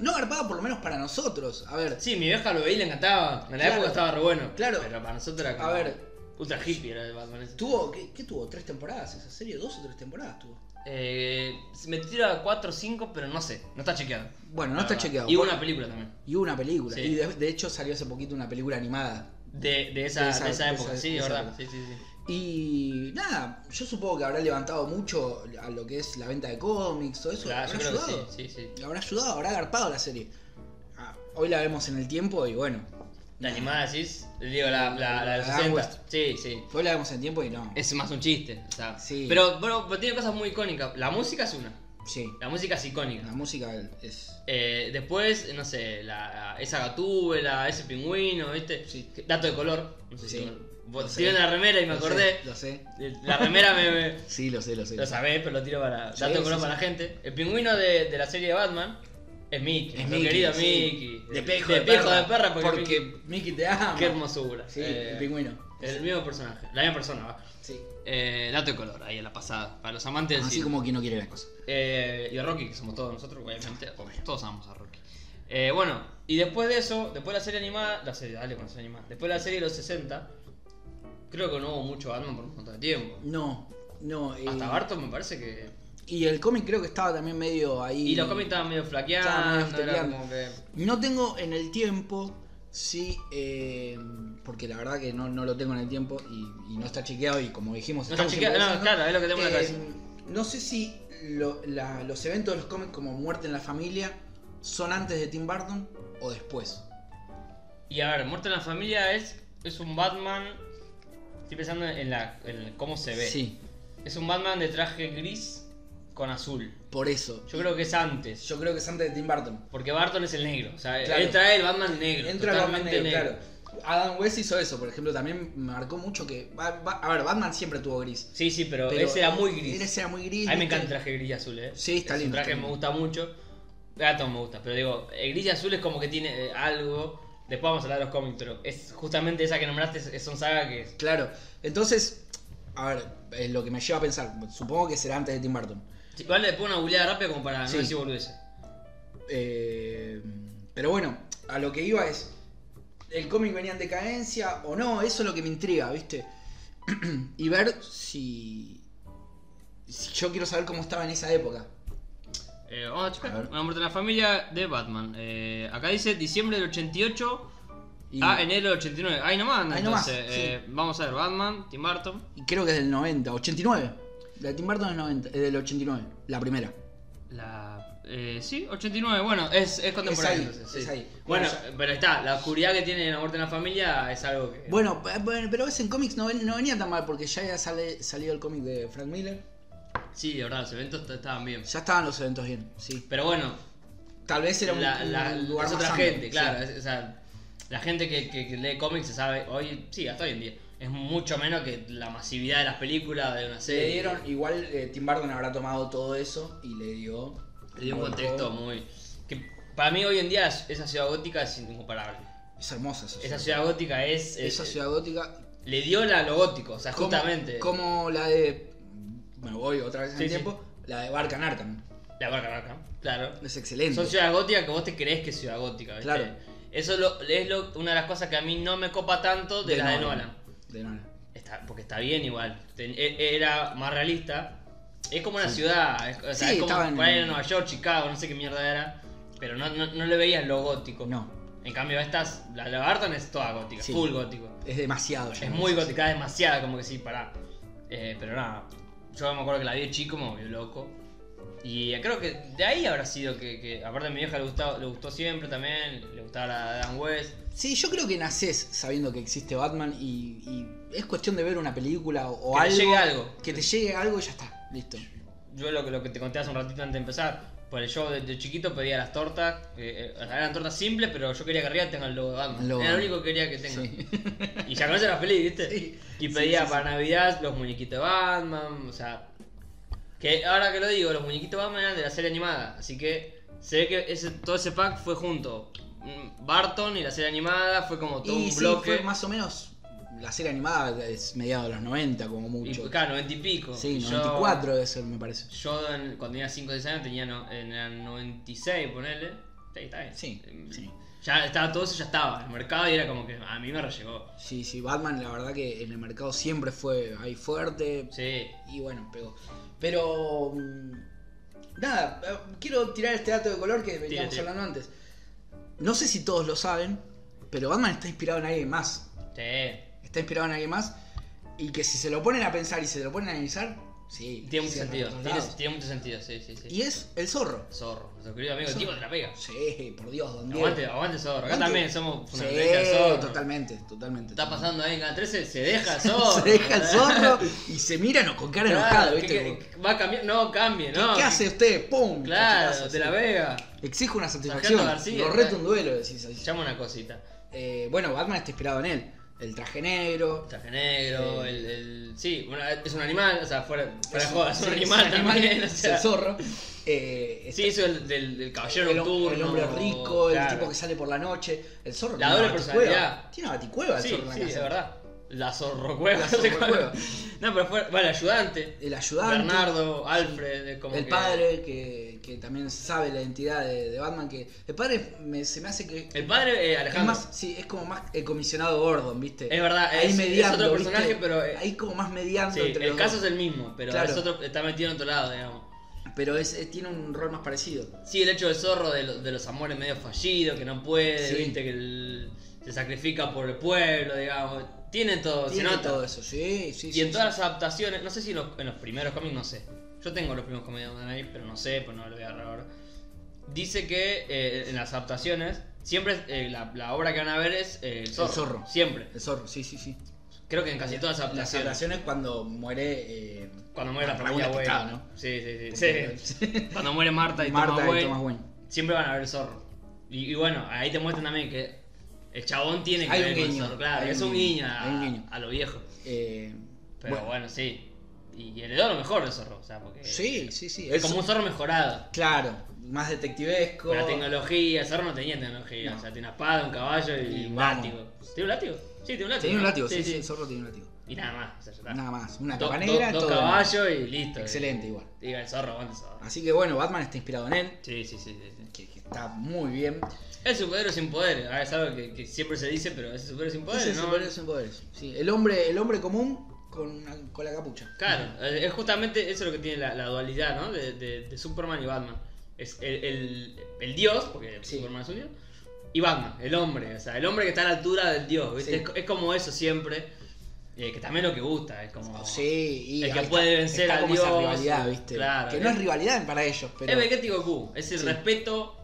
No garpaba por lo menos para nosotros. A ver, Sí, mi vieja lo veía y le encantaba. En la Claro. época estaba re bueno. Claro. Pero para nosotros era como. A ver. Ultra hippie era el Batman ese. tuvo, ¿qué, qué tuvo? ¿Tres temporadas esa serie? ¿Dos o tres temporadas tuvo? Eh, me tiro a 4 o 5, pero no sé. No está chequeado. Bueno, no La está verdad. chequeado. Y hubo una película también. Y una película. Sí. Y de, de hecho salió hace poquito una película animada. De, de, esa, De esa- de esa de época, esa- sí, de de esa verdad. época. Sí, sí, sí. Y nada, yo supongo que habrá levantado mucho a lo que es la venta de cómics, todo eso. Claro, yo habrá creo que ayudado. sí, sí, sí. Habrá ayudado, habrá agarpado la serie. Ah, hoy la vemos en el tiempo y bueno. La animada decís, digo, la, la, la del La de 60. West. Sí, sí. Hoy la vemos en el tiempo y no. Es más un chiste. O sea. Sí. Pero, pero, pero tiene cosas muy icónicas. La música es una. Sí, La música es icónica. la música es. Eh, después, no sé, la, esa gatúbela, ese pingüino, ¿viste? Sí. Dato de color. No sé Sí. si Lo vos sé. tiré una remera y me Lo sé, acordé. Lo sé. La remera me. me- Sí, lo sé, lo sé. Lo sabés, pero lo tiro para. Sí, Dato de color sí, para la sí. gente. El pingüino de, de la serie de Batman es Mickey. Es nuestro Mickey, querido sí. Mickey. De pejo de, de, piojo de perra, porque. porque Mickey- Mickey te ama. qué hermosura. Sí, Eh, el pingüino. El mismo personaje, la misma persona, va. Sí. Eh, dato de color, ahí a la pasada. Para los amantes del Así cine. como que no quiere la cosa. Eh, y a Rocky, que somos todos nosotros, obviamente. Todos amamos a Rocky. Eh, bueno, y después de eso, después de la serie animada. La serie, dale con la serie animada. Después de la serie de los 60, creo que no hubo mucho Batman por un montón de tiempo. No, no. eh, Hasta Barton me parece que. Y el cómic creo que estaba también medio ahí. Y los cómics estaban medio Estaban medio flaqueando, era flaqueando. como que. No tengo en el tiempo, sí, eh, porque la verdad que no, no lo tengo en el tiempo y, y no está chequeado y como dijimos... No está estamos chequeado, no, improvisando. Eh, claro, es lo que tengo en la cabeza. No sé si lo- la- los eventos de los cómics como Muerte en la Familia son antes de Tim Burton o después. Y a ver, Muerte en la Familia es, es un Batman. Estoy pensando en, la, en cómo se ve. Sí, Es un Batman de traje gris con azul. por eso. Yo creo que es antes. Yo creo que es antes de Tim Burton. Porque Barton es el negro. O sea, Claro. él trae el Batman negro. Entra el Batman totalmente negro, claro. Adam West hizo eso, por ejemplo, también me marcó mucho que... ba- ba- A ver, Batman siempre tuvo gris. Sí, sí, pero, pero ese era muy gris. Ese era muy gris. A mí me ¿viste? encanta el traje gris y azul, eh. Sí, está Es lindo, Un traje está que me lindo. gusta mucho. Gato me gusta, pero digo, el gris y azul es como que tiene eh, algo. Después vamos a hablar de los cómics, pero es justamente esa que nombraste, es- son sagas que es. Claro, entonces, a ver, es lo que me lleva a pensar, supongo que será antes de Tim Burton. Sí, Vale, después una buleada rápida como para Sí. no decir boludeces. Eh, pero bueno, a lo que iba es, ¿el cómic venía en decadencia o no? Eso es lo que me intriga, ¿viste? y ver si, si yo quiero saber cómo estaba en esa época. Eh, vamos a checar. A ver. Una muerte en la familia de Batman. Eh, acá dice diciembre del 88 Y, a enero del 89. Ahí nomás, anda, Ahí nomás, entonces. eh, vamos a ver, Batman, Tim Burton. y creo que es del 90, 89. La de Tim Burton es, 90, es del 89, la primera. La. Eh, sí, 89, bueno, es, es Es contemporáneo. ahí, entonces, sí. es ahí. Bueno, eh, Bueno, pero está, la oscuridad que tiene la muerte en la familia es algo que. Bueno, pe- pe- pero ves en cómics no, ven- no venía tan mal porque ya había sale- salido el cómic de Frank Miller. Sí, de verdad, los eventos t- estaban bien. Ya estaban los eventos bien, sí. Pero bueno, Tal vez era un, la, un la- lugar es más otra amplio, gente, sí. claro. es- o sea, la gente que, que- que lee cómics se sabe hoy, sí, hasta hoy en día. Es mucho menos que la masividad de las películas, de una Le serie. dieron, igual eh, Tim Burton habrá tomado todo eso y le dio. Le dio un contexto muy. Que para mí hoy en día es- esa ciudad gótica es incomparable. Es hermosa esa ciudad. Esa ciudad eh, gótica es. es- Esa ciudad gótica. Le dio la, lo gótico, o sea, como- justamente. Como, la de. Bueno, voy otra vez en Sí, el sí. tiempo. La de Barca Arkham. La barca barca, claro. Es excelente. Son ciudades góticas que vos te crees que es ciudad gótica, ¿viste? Claro. Eso lo- es lo- una de las cosas que a mí no me copa tanto de, la de Nolan. De Nolan. Está, porque está bien igual. Ten- e- era más realista. Es como una ciudad. es- o sea, Sí, es como estaba en- por ahí era Nueva York, Chicago, no sé qué mierda era. Pero no, no, no le veías lo gótico. No, En cambio, estas, la de Barton es toda gótica, Sí. full gótico. es demasiado ya. Es muy gótica, es demasiada, como que sí, pará. Eh, pero nada, yo me acuerdo que la vi de chico, me volvió loco. Y creo que de ahí habrá sido que, que aparte a mi vieja le, gustaba, le gustó siempre también, le gustaba la de Dan West. Sí, yo creo que nacés sabiendo que existe Batman y, y es cuestión de ver una película o, o Que te algo. llegue algo. Que te llegue algo y ya está, listo. Yo lo, que- lo que te conté hace un ratito antes de empezar, por el show de, de chiquito pedía las tortas, eh, eh, eran tortas simples, pero yo quería que arriba tenga el logo de Batman. El logo Era lo de único que quería que tenga. Sí. Y ya con eso era feliz, ¿viste? Sí. Y Sí, pedía sí, sí. para Navidad los muñequitos de Batman, o sea. Que ahora que lo digo, los muñequitos de Batman eran de la serie animada, así que se ve que ese, todo ese pack fue junto. Mm, Barton y la serie animada fue como todo y un sí, bloque. fue más o menos la serie animada es mediados de los 90 como y mucho. claro, 90 y pico. sí, Y yo- 94 debe ser, me parece. Yo en- cuando tenía 5 o 6 años tenía no, en el 96, ponele. Sí, está bien. Eh, Sí, sí. Ya estaba todo eso, ya estaba en el mercado y era como que a mí me rellegó. Sí, sí, Batman la verdad que en el mercado siempre fue ahí fuerte Sí. y bueno, pegó. Pero mm, nada, eh, quiero tirar este dato de color que veníamos tira. hablando antes. No sé si todos lo saben, pero Batman está inspirado en alguien más. Sí. Está inspirado en alguien más y que si se lo ponen a pensar y se lo ponen a analizar, sí. Tiene mucho cierra sentido. por todos Tiene, lados. tiene mucho sentido, sí, sí, sí. Y es el zorro. Zorro, nuestro querido amigo, el tipo te la pega. Sí, por Dios, don Diego. Aguante, aguante Zorro. Acá Aguante. también somos Sí, fanáticos del Zorro. totalmente, totalmente. Está totalmente. pasando ahí en Canal 13, se deja el Zorro. Se deja el zorro y se miran o con cara Claro, enojada, ¿qué- ¿viste? Como, qué- va a cambiar, no cambie, ¿Qué, no. qué hace usted? ¡Pum! Claro, Cachazo, te la sí. vega. Exijo una satisfacción. Sargento García, Lo está- reto un duelo, decís ahí. Llama una cosita. Eh, bueno, Batman está inspirado en él. El traje negro. traje negro, Sí. el, el- Sí, bueno, es un animal, o sea, fuera, fuera Es de un- joda, es un sí, animal también, o es sea. el zorro. Eh, está- Sí, eso el, del, del caballero el, nocturno. el hombre rico, el tipo que se sale por la noche. El zorro La tiene una doble baticueva. personalidad. Tiene una baticueva el Sí, zorro en la sí, casa. es verdad. La zorrocueva. La no sé zorrocueva. cuál. No, pero fue, bueno, el ayudante. El ayudante. Bernardo, Alfred, es como el que- padre que, que también sabe la identidad de, de Batman. que El padre me- se me hace que. El padre, eh, Es Alejandro. más, sí, es como más el comisionado Gordon, ¿viste? Es verdad, Ahí es- es mediando, otro ¿viste? personaje, pero, eh, Ahí como más mediando Sí, entre el los caso dos. es el mismo, pero Claro. es otro, está metido en otro lado, digamos. Pero es, es- tiene un rol más parecido. Sí, el hecho de zorro de, lo- de los amores medio fallidos, que no puede, Sí. viste, que el- se sacrifica por el pueblo, digamos. Tiene todo, Tiene se nota. todo eso, sí, sí, Y sí, en sí. todas las adaptaciones, no sé si en los, en los primeros cómics, no sé. Yo tengo los primeros cómics de Batman ahí, pero no sé, pues no lo voy a agarrar ahora. Dice que eh, en las adaptaciones, siempre eh, la, la obra que van a ver es eh, el, zorro, zorro. Siempre. El zorro, sí, sí, sí. Creo que en casi todas las Las adaptaciones. relaciones cuando muere. eh, Cuando muere la Raúl familia Wayne. Atestado, Sí, sí, sí. Porque- sí. Cuando muere Marta y Marta Thomas y Wayne, Thomas Wayne. siempre van a ver el zorro. Y, y bueno, ahí te muestran también que el chabón tiene que Hay ver un con guiño, el zorro. Claro, hay es un un guiño, guiño, a, hay un guiño. a lo viejo. Eh, Pero bueno, sí. Y y heredó lo mejor del zorro. O sea, porque Sí, sí, sí. Es Es como un zorro mejorado. Claro, más detectivesco. Con la tecnología, el zorro no tenía tecnología. No. O sea, tenía una espada, un caballo y, Y un vamos. látigo. ¿Tiene un látigo? Sí, tiene un látigo. Tenía un ¿no? látigo, sí, sí, el zorro tenía un látigo. Y nada más. O sea, ya está. Nada más, una Do- capa do- negra, dos todo. caballos y listo. Excelente, Ah. igual. Diga, el zorro, aguante el zorro. Así que bueno, Batman está inspirado en él, Sí, sí, sí, sí. sí. que, que está muy bien. El superhéroe sin poder, ah, es algo que, que siempre se dice, pero ese superhéroe sin poder, Ese ¿no? superhéroe sin poderes. Sí, el hombre, el hombre común con, una- con la capucha. Claro, eh, es justamente eso lo que tiene la, la dualidad, ¿no? De, de- de Superman y Batman. Es el, el- el dios, porque Sí. Superman es un dios, y Batman, el hombre, o sea, el hombre que está a la altura del dios, ¿viste? Sí. Es, es como eso siempre. Eh, que también lo que gusta, es como. Sí, y El que ahí puede está- vencer está a como esa Dios, rivalidad, ¿viste? claro, que eh. no es rivalidad para ellos, pero. Es Begetti Goku, es el Sí. respeto,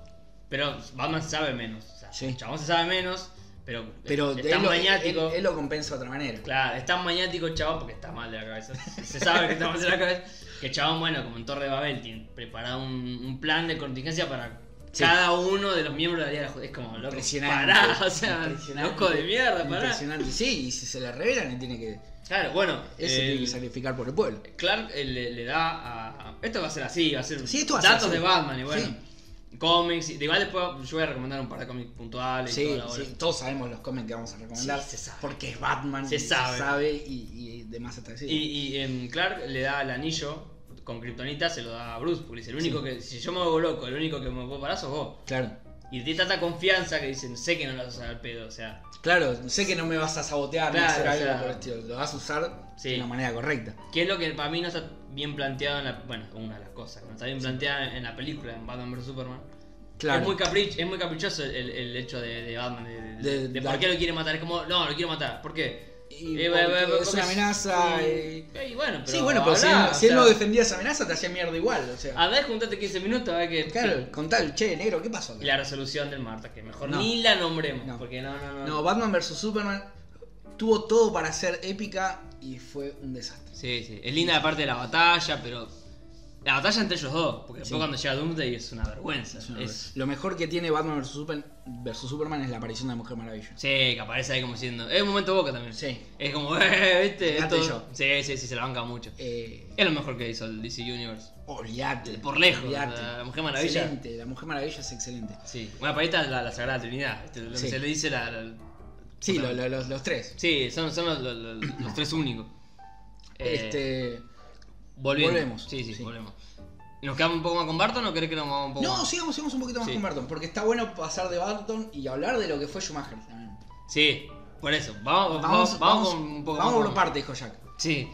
pero Batman sabe menos. O sea, Sí. el chabón se sabe menos, pero, pero es él tan lo- maniático. él- él lo compensa de otra manera. Claro, es tan maniático el chabón porque está mal de la cabeza. Se sabe que está mal de la cabeza. Que el chabón, bueno, como en Torre de Babel, tiene preparado un, un plan de contingencia para Sí. cada uno de los miembros de la Liga de la Ju- Es como, loco, Impresionante. pará, o sea, impresionante, loco de mierda, pará. Impresionante, sí, y si se le revelan, él tiene que. Claro, bueno, Él se el- tiene que sacrificar por el pueblo. Clark eh, le, le da a, a- Esto va a ser así, va a ser Sí, esto va a ser datos así. de Batman y bueno. Cómics, y- de igual después yo voy a recomendar un par de cómics puntuales y Sí, toda la bola. sí, todos sabemos los cómics que vamos a recomendar. Sí, se sabe. Porque es Batman, Se y sabe. y, y demás hasta así. Y, y, em, Clark le da el anillo con Kryptonita, se lo da a Bruce, porque dice, el único Sí. que, si yo me vuelvo loco, el único que me puedo parar sos vos. Claro. Y tiene tanta confianza que dicen, sé que no lo vas a usar al pedo, o sea, Claro, sé que no me vas a sabotear Claro, ni hacer o algo sea, por el estilo. Lo vas a usar Sí. de la manera correcta. que es lo que para mí no está bien planteado en la, bueno, una de las cosas, que no está bien planteada en la película, en Batman vs Superman. Claro. Es, muy caprich- es muy caprichoso el, el- el hecho de, de Batman, de, de- De- de por la- qué lo quiere matar, es como, no, lo quiero matar, ¿por qué? Y Eh, eh, porque eh, es porque una amenaza. y- y- y bueno, pero sí, bueno, pero si él, hablá, no- o si él sea, Ah, no defendía esa amenaza, te hacía mierda igual. O sea, Andá y juntate 15 minutos a ver que... claro, contá, che, negro, ¿qué pasó? acá? Y la resolución del Marta, que mejor No. ni la nombremos, No. porque no, no, no. No, Batman vs Superman tuvo todo para ser épica y fue un desastre. Sí, sí. Es linda la parte de la batalla, pero. La batalla entre ellos dos, porque Sí. después cuando llega Doomsday es una vergüenza. Es Lo mejor que tiene Batman vs Superman, versus Superman es la aparición de la Mujer Maravilla. Sí, que aparece ahí como diciendo. Es un momento boca también. Sí. Es como, eh, viste, Fíjate esto. yo. Sí, sí, sí, se la banca mucho. Eh, Es lo mejor que hizo el DC Universe. olvídate. Por lejos, olvídate. la Mujer Maravilla. Excelente, la Mujer Maravilla es excelente. Sí. Bueno, para esta es la, la Sagrada Trinidad. ¿viste? Lo que Sí. se le dice la. la- Sí, Puta. lo- lo- los, los tres. Sí, son, son los, los- los- los tres únicos. Eh, Este. volviendo. volvemos. Sí, sí, Sí. volvemos. ¿Nos quedamos un poco más con Barton o querés que nos vamos un poco No, más? sigamos, sigamos un poquito más oh. Sí. con Barton, porque está bueno pasar de Barton y hablar de lo que fue Schumacher también. Sí, por eso. Vamos, vamos, vamos, con un poco vamos más por con- parte, dijo Jack. Sí.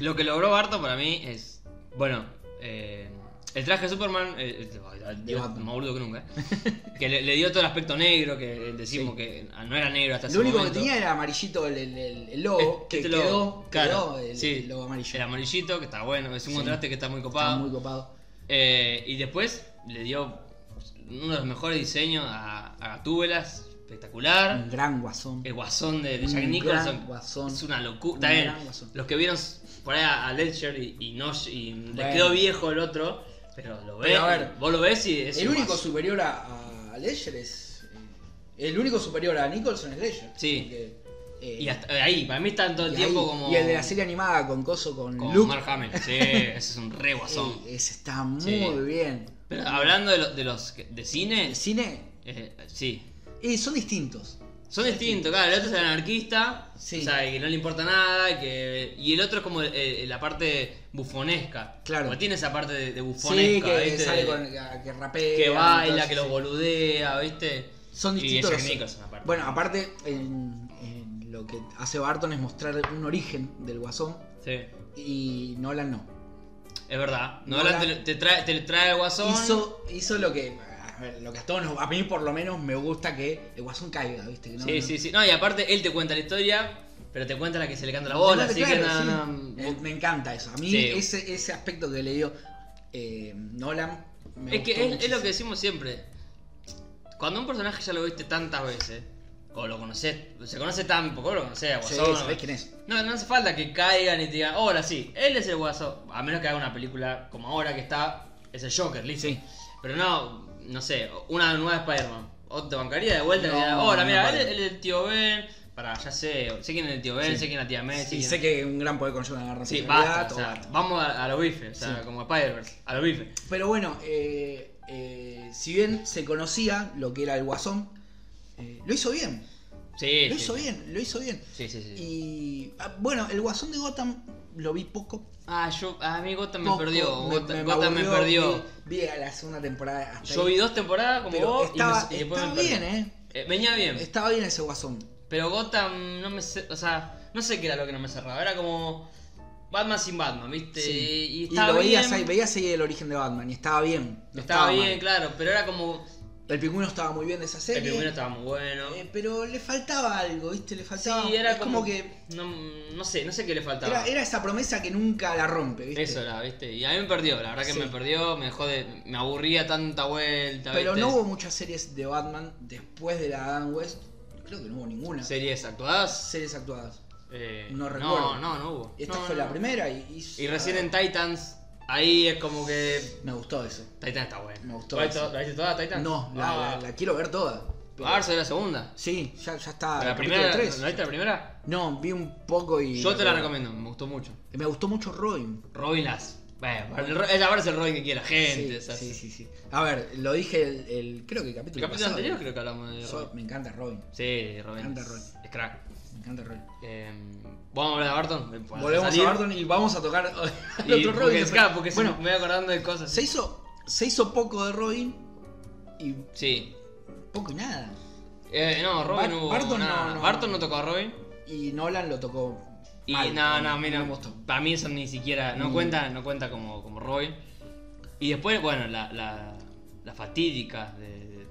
Lo que logró Barton para mí es. Bueno, eh, el traje de Superman. eh, eh, ay, Dios, Batman. más burdo que nunca. eh. que le, le dio todo el aspecto negro, que eh, decimos Sí. que no era negro hasta ese Lo único momento. que tenía era amarillito el, el- el- el logo, Este que logo, quedó, claro, quedó el, sí. el logo amarillo. El amarillito, que está bueno, es un Sí. contraste que está muy Estaba copado. muy copado. Eh, y después le dio uno de los mejores diseños a, a Gatúbelas, espectacular. Un gran guasón. El guasón de, de Jack Un Nicholson. gran guasón. Es una Un locura. Está gran bien. guasón. Los que vieron por ahí a a Ledger y, y no y Bueno. le quedó viejo el otro. Pero lo ves. Pero a ver, vos lo ves y es el un único guasón. superior a, a Ledger es. eh, el único superior a Nicholson es Ledger. Sí. Porque, eh, Y hasta ahí, para mí están todo el y tiempo ahí- como. y el de la serie animada con Coso, con, Como Luke. Mark Hamill. Sí, ese es un re guasón. eh, ese está muy Sí. bien. Pero hablando de, lo- de los que- de cine, El cine. eh, sí. eh, son distintos. Son distintos, claro. El otro es el anarquista, Sí. o sea, que no le importa nada. y Que... Y el otro es como eh, la parte bufonesca. Claro. Porque tiene esa parte de, de Sí, bufonesca. que ¿viste? sale con. que rapea. que baila, entonces, que los sí. boludea, ¿viste? Son Y distintos. Jack los- Nicholson, aparte. Bueno, aparte, en- en lo que hace Barton es mostrar un origen del guasón Sí, y Nolan no. es verdad. No Nolan- te, te trae, te trae el guasón. Hizo, hizo lo que. A ver, lo que a todos nos- A mí, por lo menos, me gusta que el guasón caiga, ¿viste? Que no- sí, no- sí, sí. No, y aparte él te cuenta la historia, pero te cuenta la que se le canta la no- bola, no- así claro, que no, sí. no- Eh, Me encanta eso. A mí, Sí. ese, ese aspecto que le dio eh, Nolan. Me Es que gustó es- es, lo muchísimo. que decimos siempre. Cuando un personaje ya lo viste tantas veces, o lo conoces, se conoce tan poco, lo conoces a Sí, Guasón. sabés quién es. No, no hace falta que caigan y te digan, ahora sí, él es el guaso. A menos que haga una película como ahora que está, es el Joker, listo. Sí. Pero no, no sé, una nueva Spider-Man. O te bancaría de vuelta No, y te digan, ahora, no, mira, no. él, él es el tío Ben. Para, ya sé, sé quién es el tío Ben, Sí. sé quién es la tía May. sé Y quién- sé que un gran poder conlleva una gran Sí, responsabilidad, basta, o todo sea, basta. vamos a, a los bifes, o sea, Sí. como a Spider-Verse, a los bifes. Pero bueno, eh, eh, si bien se conocía lo que era el guasón, eh, lo hizo bien. Sí, Lo sí, hizo sí. bien, lo hizo bien. Sí, sí, sí. Y ah, bueno, el guasón de Gotham lo vi poco. Ah, yo, a mí Gotham me poco, perdió. Gotham Gotham me, aburrió, perdió. Vi, vi a la segunda temporada hasta Yo ahí. vi dos temporadas como Pero vos estaba, y, me- y después estaba me bien, perdí. ¿eh? Eh, Venía bien, Estaba bien ese guasón. pero Gotham no me. ce- O sea, no sé qué era lo que no me cerraba. Era como. Batman sin Batman, ¿viste? Sí. Y Y, estaba lo bien. veías ahí, veías ahí el origen de Batman y estaba bien. no estaba bien, mal. claro, pero era como. El pingüino estaba muy bien de esa serie. El primero estaba muy bueno. eh, pero le faltaba algo, ¿viste? Le faltaba. sí, era es como, que. No, no sé, no sé qué le faltaba. Era, era esa promesa que nunca la rompe, ¿viste? Eso era, ¿viste? Y a mí me perdió, la verdad que Sí. me perdió, me dejó de... Me aburría tanta vuelta, Pero ¿viste? no hubo muchas series de Batman después de la de Adam West. Creo que no hubo ninguna. ¿Series actuadas? Series actuadas. Eh, No recuerdo. No, no, no hubo. Esta No, fue no, la no. primera y. Ah, Y recién en Titans, ahí es como que... Me gustó eso. Titan está bueno. Me gustó ¿La eso. viste, la viste toda Titan? No, la, Ah, la- la quiero ver toda. pero- Ah, esa es la segunda. Sí, ya, ya está. la el Ah, capítulo primera, tres. ¿la viste la primera? No, vi un poco y. Yo te la recomiendo, me gustó mucho. Me gustó mucho Robin. Robin las... Bueno, el Ro- esa es el Robin que quiere la gente. Sí, o sea, sí, sí, sí. A ver, lo dije el, el- creo que el El capítulo, capítulo pasado. anterior creo que hablamos de Soy- Robin. me encanta Robin. Sí, Robin. Anda, es- Robin. Es crack. Me encanta Robin. Eh, Vamos a hablar de Barton. Para Volvemos salir. a Barton y vamos a tocar Y otro Robin. porque, después. claro, porque se- bueno, me voy acordando de cosas. se hizo, se hizo poco de Robin y Sí. poco y nada. Eh, no, Robin Bar- no hubo Barton nada. no, no. Barton no tocó a Robin. Y Nolan lo tocó. Y mal, no, no, mira, me gustó. para mí eso ni siquiera, no Mm. cuenta, no cuenta como, como Robin. Y después, bueno, la, la, la fatídica de,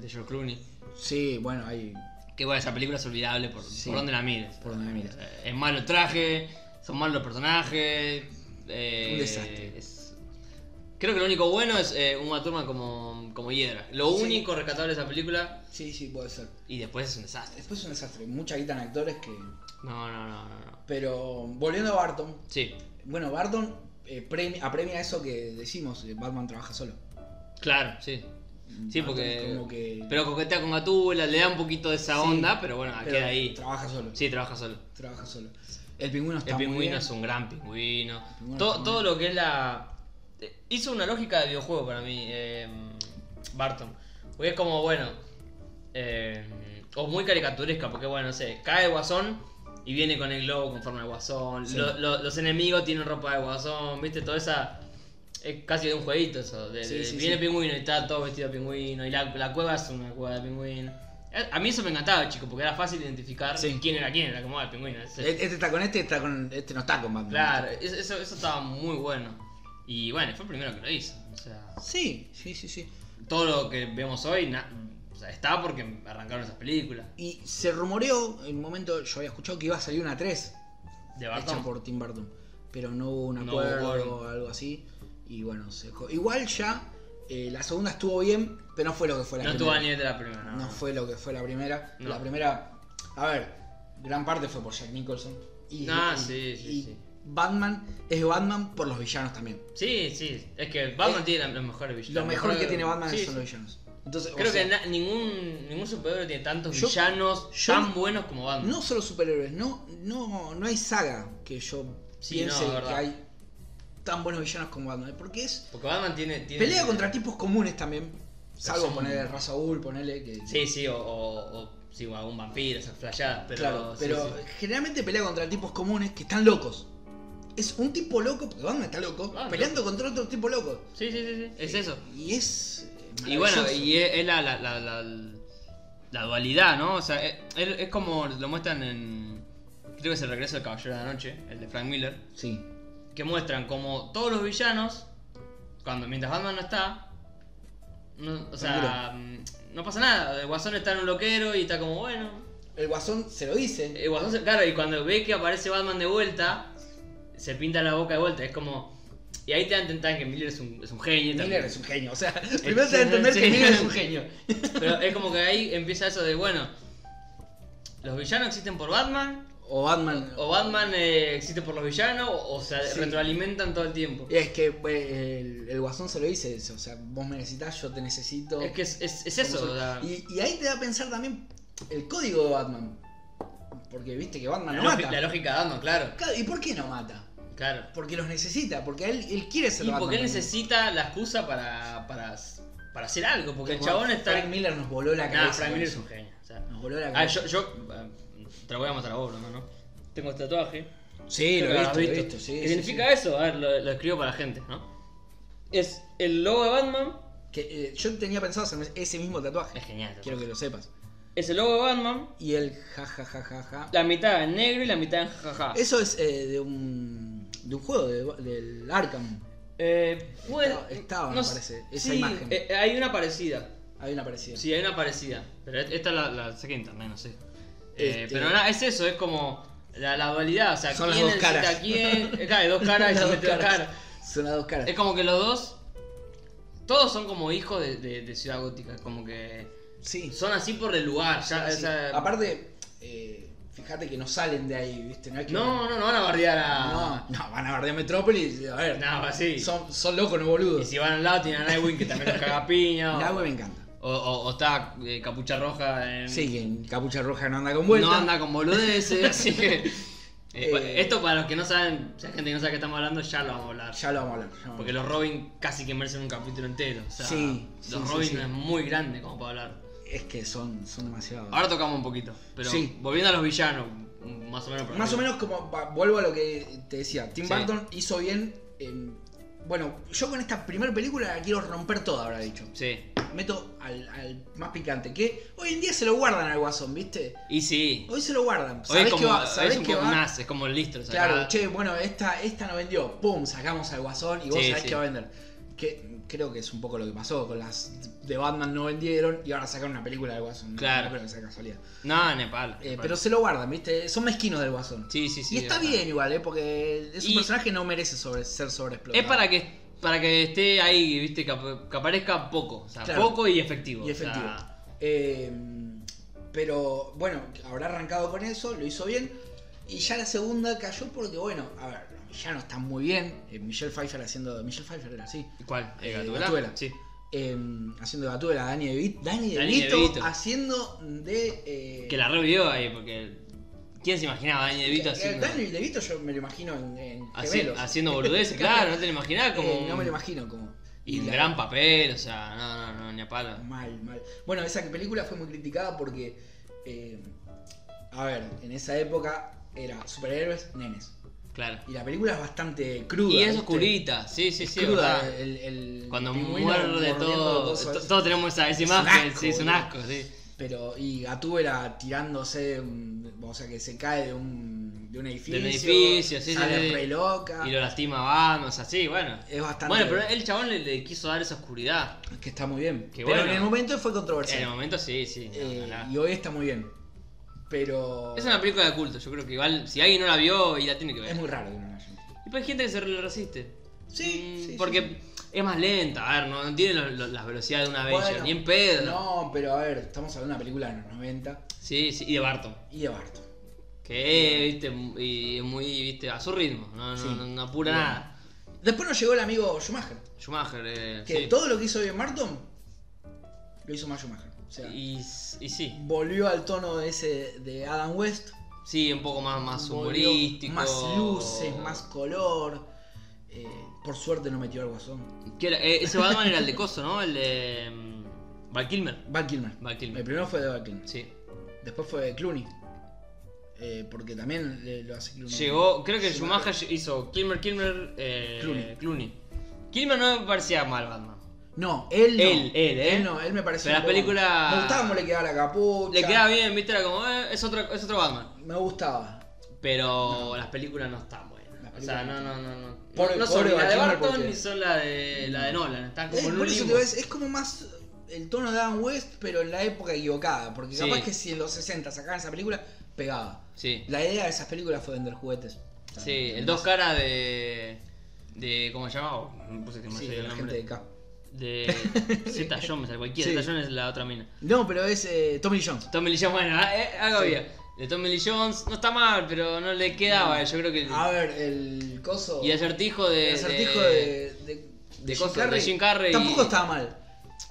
de George Clooney. Sí, bueno, ahí Que bueno, esa película es olvidable por, Sí. por donde la mires. por donde me miras. Eh, Es malo el traje, son malos los personajes. eh, Un desastre. es- Creo que lo único bueno es eh, Uma Thurman como, como Hiedra. Lo Sí. único rescatable de esa película Sí, sí, puede ser. y después es un desastre. Después es un desastre. Mucha guita en actores que. No, no, no, no. no. Pero volviendo a Barton. Sí, Bueno, Barton eh, premi- apremia eso que decimos: eh, Batman trabaja solo. claro, sí. Sí, Barton porque. es como que- Pero coquetea con Gatula, le da un poquito de esa Sí, onda, pero bueno, pero queda ahí. Trabaja solo. Sí, trabaja solo. Trabaja solo. El pingüino está El muy bien. pingüino es un gran pingüino. pingüino todo, está muy todo bien. lo que es la. eh, Hizo una lógica de videojuego para mí, eh, Barton. Porque es como, bueno. eh, o muy caricaturesca, porque bueno, no sé, cae guasón y viene con el globo con forma de guasón. Sí. Lo- lo- los enemigos tienen ropa de guasón, viste, toda esa. Es casi de un jueguito eso. de- Sí, de- sí, viene sí. pingüino y está todo vestido de pingüino. Y la, la cueva es una cueva de pingüino. Eh, A mí eso me encantaba, chico, porque era fácil identificar Sí. quién era quién, era como "Ah, el pingüino. ese- Este este está con este, está con este no está con Batman. Claro, eso, eso, eso estaba muy bueno. Y bueno, fue el primero que lo hizo. O sea, Sí, sí, sí, sí. todo lo que vemos hoy na- o sea, está porque arrancaron esas películas. Y se rumoreó en un momento, yo había escuchado que iba a salir una 3 De hecha Barton. por Tim Burton, pero no hubo un No acuerdo hubo o algo así. Y bueno, se dejó. Igual ya eh, la segunda estuvo bien, pero no fue lo que fue la No tuvo primera. ni de la primera. No, No fue lo que fue la primera. No. La primera, a ver, gran parte fue por Jack Nicholson. Y, Ah, y- sí, sí, y sí. Batman es Batman por los villanos también. Sí, sí. Es que Batman Eh, tiene la- los mejores villanos. Lo mejor que tiene Batman Sí, son sí. los villanos. Entonces, o Creo sea, que na- ningún, ningún superhéroe tiene tantos Yo- villanos yo- tan buenos como Batman. No solo superhéroes, no, no, no hay saga que yo Sí, piense no, que verdad. hay tan buenos villanos como Batman. Porque es. Porque Batman tiene. tiene- Pelea contra tipos comunes también. Salvo son- ponerle Raza Ghul, ponerle que. Sí, sí, o, o, o sí, o algún vampiro, esas flayadas. Pero, claro, sí, pero sí. generalmente pelea contra tipos comunes que están locos. Es un tipo loco, porque Batman está loco, Ah, peleando contra otro tipo loco. Sí, sí, sí, sí. Es eso. Y es. eh, Y bueno, maravilloso. y es, es la, la, la, la- la dualidad, ¿no? O sea, es, es- es como lo muestran en. Creo que es el regreso del Caballero de la Noche, el de Frank Miller. Sí. Que muestran como todos los villanos, cuando mientras Batman no está. No, o sea, mm, no pasa nada. El Guasón está en un loquero y está como, bueno. El Guasón se lo dice. El Guasón, se- claro, y cuando ve que aparece Batman de vuelta, se pinta la boca de vuelta. Es como. Y ahí te dan a entender que Miller es un, es un genio. también. Miller es un genio. O sea, primero se da a entender Sí. que Miller es un genio. Pero es como que ahí empieza eso de, bueno, los villanos existen por Batman, O Batman. o Batman eh, existe por los villanos, o se Sí. retroalimentan todo el tiempo. Y es que eh, el, el guasón se lo dice eso, o sea, vos me necesitas, yo te necesito. Es que es, es- es Somos eso, un- o sea, y, y ahí te da a pensar también el código de Batman. Porque viste que Batman la, no lógica- mata. la lógica de Batman, claro. Claro, ¿Y por qué no mata? Claro. Porque los necesita, porque él, él quiere ser Y Batman. porque él también. necesita la excusa para, para, para hacer algo, porque el Como chabón está... Frank Miller nos voló la Nah, cabeza. Frank con Miller es eso. un genio. o sea. Nos voló la Ah, cabeza. yo, yo, eh, te lo voy a mostrar a vos, ¿no? ¿no? Tengo este tatuaje. Sí, lo Creo que he visto, lo he habrás visto, sí, ¿Qué sí, significa sí. eso? A ver, lo, lo escribo para la gente, ¿no? Es el logo de Batman. Que, eh, yo tenía pensado hacerme ese mismo tatuaje. Es genial. Quiero que lo sepas. Es el logo de Batman. Y el ja ja ja ja ja. La mitad en negro y la mitad en jajaja. Eso es eh, de un. de un juego de- del Arkham. Eh, puede- Estaba- estaba, me sé. parece, esa Sí, imagen. eh, hay una parecida. Hay una parecida. Sí, hay una parecida. Pero et- esta la, la saqué de internet, no sé. Eh, Este- pero nada, es eso, es como la, la dualidad. O sea, Son las quién dos necesita caras. a quién. Eh, claro, hay dos caras y Las se dos metió dos caras. caras. Son las dos caras. Es como que los dos. Todos son como hijos de, de- de Ciudad Gótica. Como que. Sí. Son así por el lugar. ya, Sí. o sea, Aparte, eh, fíjate que no salen de ahí, ¿viste? No, hay que- No, no, no van a bardear a. no, no, van a ver de Metrópolis. A ver, Nada, así. son, son locos, no Y boludos. si van al lado tienen a Nightwing que también los caga piña. o- La web me encanta. O, o- o está eh, Capucha Roja en. Sí, que en Capucha Roja no anda con vuelta. No anda con boludeces, así que. eh, bueno, Eh, esto para los que no saben, si hay gente que no sabe que estamos hablando, ya lo vamos a hablar. Ya lo vamos a hablar. ya lo vamos a Porque hablar. los Robin casi que merecen un capítulo entero. O sea, Sí, los sí, sí, Robin sí. es muy grande como para hablar. Es que son, son demasiado. Ahora tocamos un poquito, pero Ah. Sí. volviendo a los villanos, m- más o menos. por Más o arriba. menos como va, vuelvo a lo que te decía, Tim Sí. Burton hizo bien. en- bueno, yo con esta primera película la quiero romper toda, habrá dicho. Sí. Meto al, al más picante, que hoy en día se lo guardan al guasón, ¿viste? Y sí. Hoy se lo guardan. Hoy es ¿Sabés como. que va? es ¿Sabés un que poco va? más, es como listo. o sea, Claro, cada- che, bueno, esta, esta no vendió. Pum, sacamos al guasón y vos Sí, sabés sí. que va a vender. Que creo que es un poco lo que pasó con las de Batman no vendieron y ahora sacaron una película del guasón. No- Claro. No creo que sea casualidad. No, Nepal. Eh, pero se lo guardan, ¿viste? Son mezquinos del guasón. Sí, sí, sí. y está verdad. bien igual, ¿eh? Porque es un Y- personaje que no merece sobre, ser sobreexplotado. Es para que para que esté ahí, viste, que, ap- que aparezca poco. O sea, Claro. poco y efectivo. Y o sea, efectivo. Eh, pero bueno, habrá arrancado con eso, lo hizo bien. Y ya la segunda cayó porque, bueno, a ver, los villanos están muy bien. Eh, Michelle Pfeiffer haciendo. Michelle Pfeiffer era así. ¿Cuál? ¿El Eh, Gatubela? Gatubela. Sí. Eh, haciendo de Gatúbela, Dani de Vito. Dani de Danny Vito DeVito. haciendo de. eh, Que la revivió ahí, porque. ¿Quién se imaginaba a Dani DeVito eh, haciendo, Danny de Vito yo me lo imagino en, en haci- gemelos. haciendo boludeces? claro, no te lo imaginás como. Eh, no me lo un- imagino como. Y un la- gran papel, o sea, no, no, no, ni a palo. Mal, mal. Bueno, esa película fue muy criticada porque, eh, a ver, en esa época era superhéroes, nenes. Claro. Y la película es bastante cruda. Y es ¿viste? oscurita, sí, sí, Es sí, cruda. eh. verdad. el- el Cuando pingüino muerde mordiendo todo. cosas. to- Todos tenemos esa, esa Es un imagen, asco, sí, es un boludo. asco, sí. Pero, y Gatúbela tirándose, mm, o sea, que se cae de un, de un edificio. edificio, sí, sí, sale sí. re loca. Y lo lastima Batman, o sea, sí, bueno. Es bastante. Bueno, pero el chabón le, le quiso dar esa oscuridad. Que está muy bien. Que pero bueno. en el momento fue En el controversial. momento sí, sí. no, Eh, no, no. y hoy está muy bien. Pero. Es una película de culto, yo creo que igual, si alguien no la vio y la tiene que ver. Es muy raro que no la haya visto. Y pues hay gente que se le resiste. Sí, Mm, sí, Porque sí, es más lenta, a ver, no, no tiene lo- lo- las velocidades de una Avenger, Bueno, ni en pedo. No, pero a ver, estamos hablando de una película de los 90 Sí, sí, y de Barton. y de Barton. Que es, viste, y es muy, viste, a su ritmo, no, no- Sí. no, no apura Bien. nada. Después nos llegó el amigo Schumacher, Schumacher, eh, que sí. todo lo que hizo bien Barton lo hizo más Schumacher. O sea, Y, y sí, volvió al tono de ese de Adam West. sí, un poco más, más volvió humorístico. Más luces, más color. Eh, por suerte no metió al guasón. Que era- eh, ese Batman era el de Coso, ¿no? El de. mm, Val Kilmer. Val Kilmer. Val Kilmer. El primero fue de Val Kilmer. Sí. Después fue de Clooney. Eh, porque también eh, lo hace Clooney. Llegó, creo que Schumacher, hizo Kilmer, Kilmer, eh, Clooney. Clooney. Kilmer no me parecía mal Batman. No, él no. Él, él, ¿eh? no, él me pareció. Pero un la poco- película- Me gustaba cómo le quedaba la capucha. Le queda bien, viste, era como, eh, es, otro, es otro Batman. Me gustaba. Pero las películas no están Las buenas. O películas sea, no no, no, no. no. Pobre- no son pobre ni la de Batman, Barton porque- ni son la de, la de Nolan. Están como Eh, en por un eso te limbo. ves, es como más el tono de Adam West, pero en la época equivocada. Porque Sí. capaz que si en los 60 sacaban esa película, pegaba. Sí, La idea de esas películas fue vender juguetes. sí, el dos caras de. de ¿Cómo se llamaba? No puse que me Sí, sé el la nombre. gente de acá. De Zeta Jones, el cualquiera. Sí. Zeta Jones es la otra mina. No, pero es eh, Tommy Lee Jones. Tommy Lee Jones, bueno, eh, algo Sí. bien. De Tommy Lee Jones, no está mal, pero no le quedaba. Yo creo que. A ver, el coso. Y el acertijo de. Ah, el acertijo de. de, de coso, de Jim Carrey y- Tampoco estaba mal.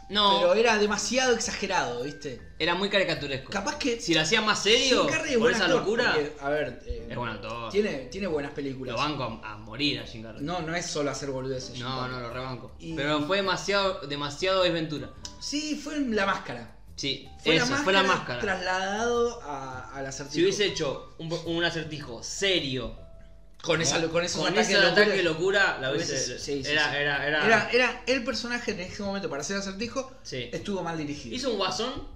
No, Pero era demasiado exagerado, ¿viste? era muy caricaturesco. Capaz que. Si lo hacía más serio, Jim Carrey es por buen esa actor, locura, porque, a ver. eh, es buen actor. Tiene, tiene buenas películas. Lo banco a, a morir a Jim Carrey. No, no es solo hacer boludeces. Jim No, Carrey. no, lo rebanco. Y- Pero fue demasiado, demasiado desventura. Sí, fue en la máscara. Sí, Fue, eso, la, máscara fue la máscara. trasladado a, al acertijo. Si hubiese hecho un, un acertijo serio, con, esa, con esos con ataques ese de locura, ataque de locura, la hubiese. hubiese- sí, sí, era, sí. era, era, Era, este- era el personaje en ese momento para ser acertijo. Sí. Estuvo mal dirigido. Hizo un guasón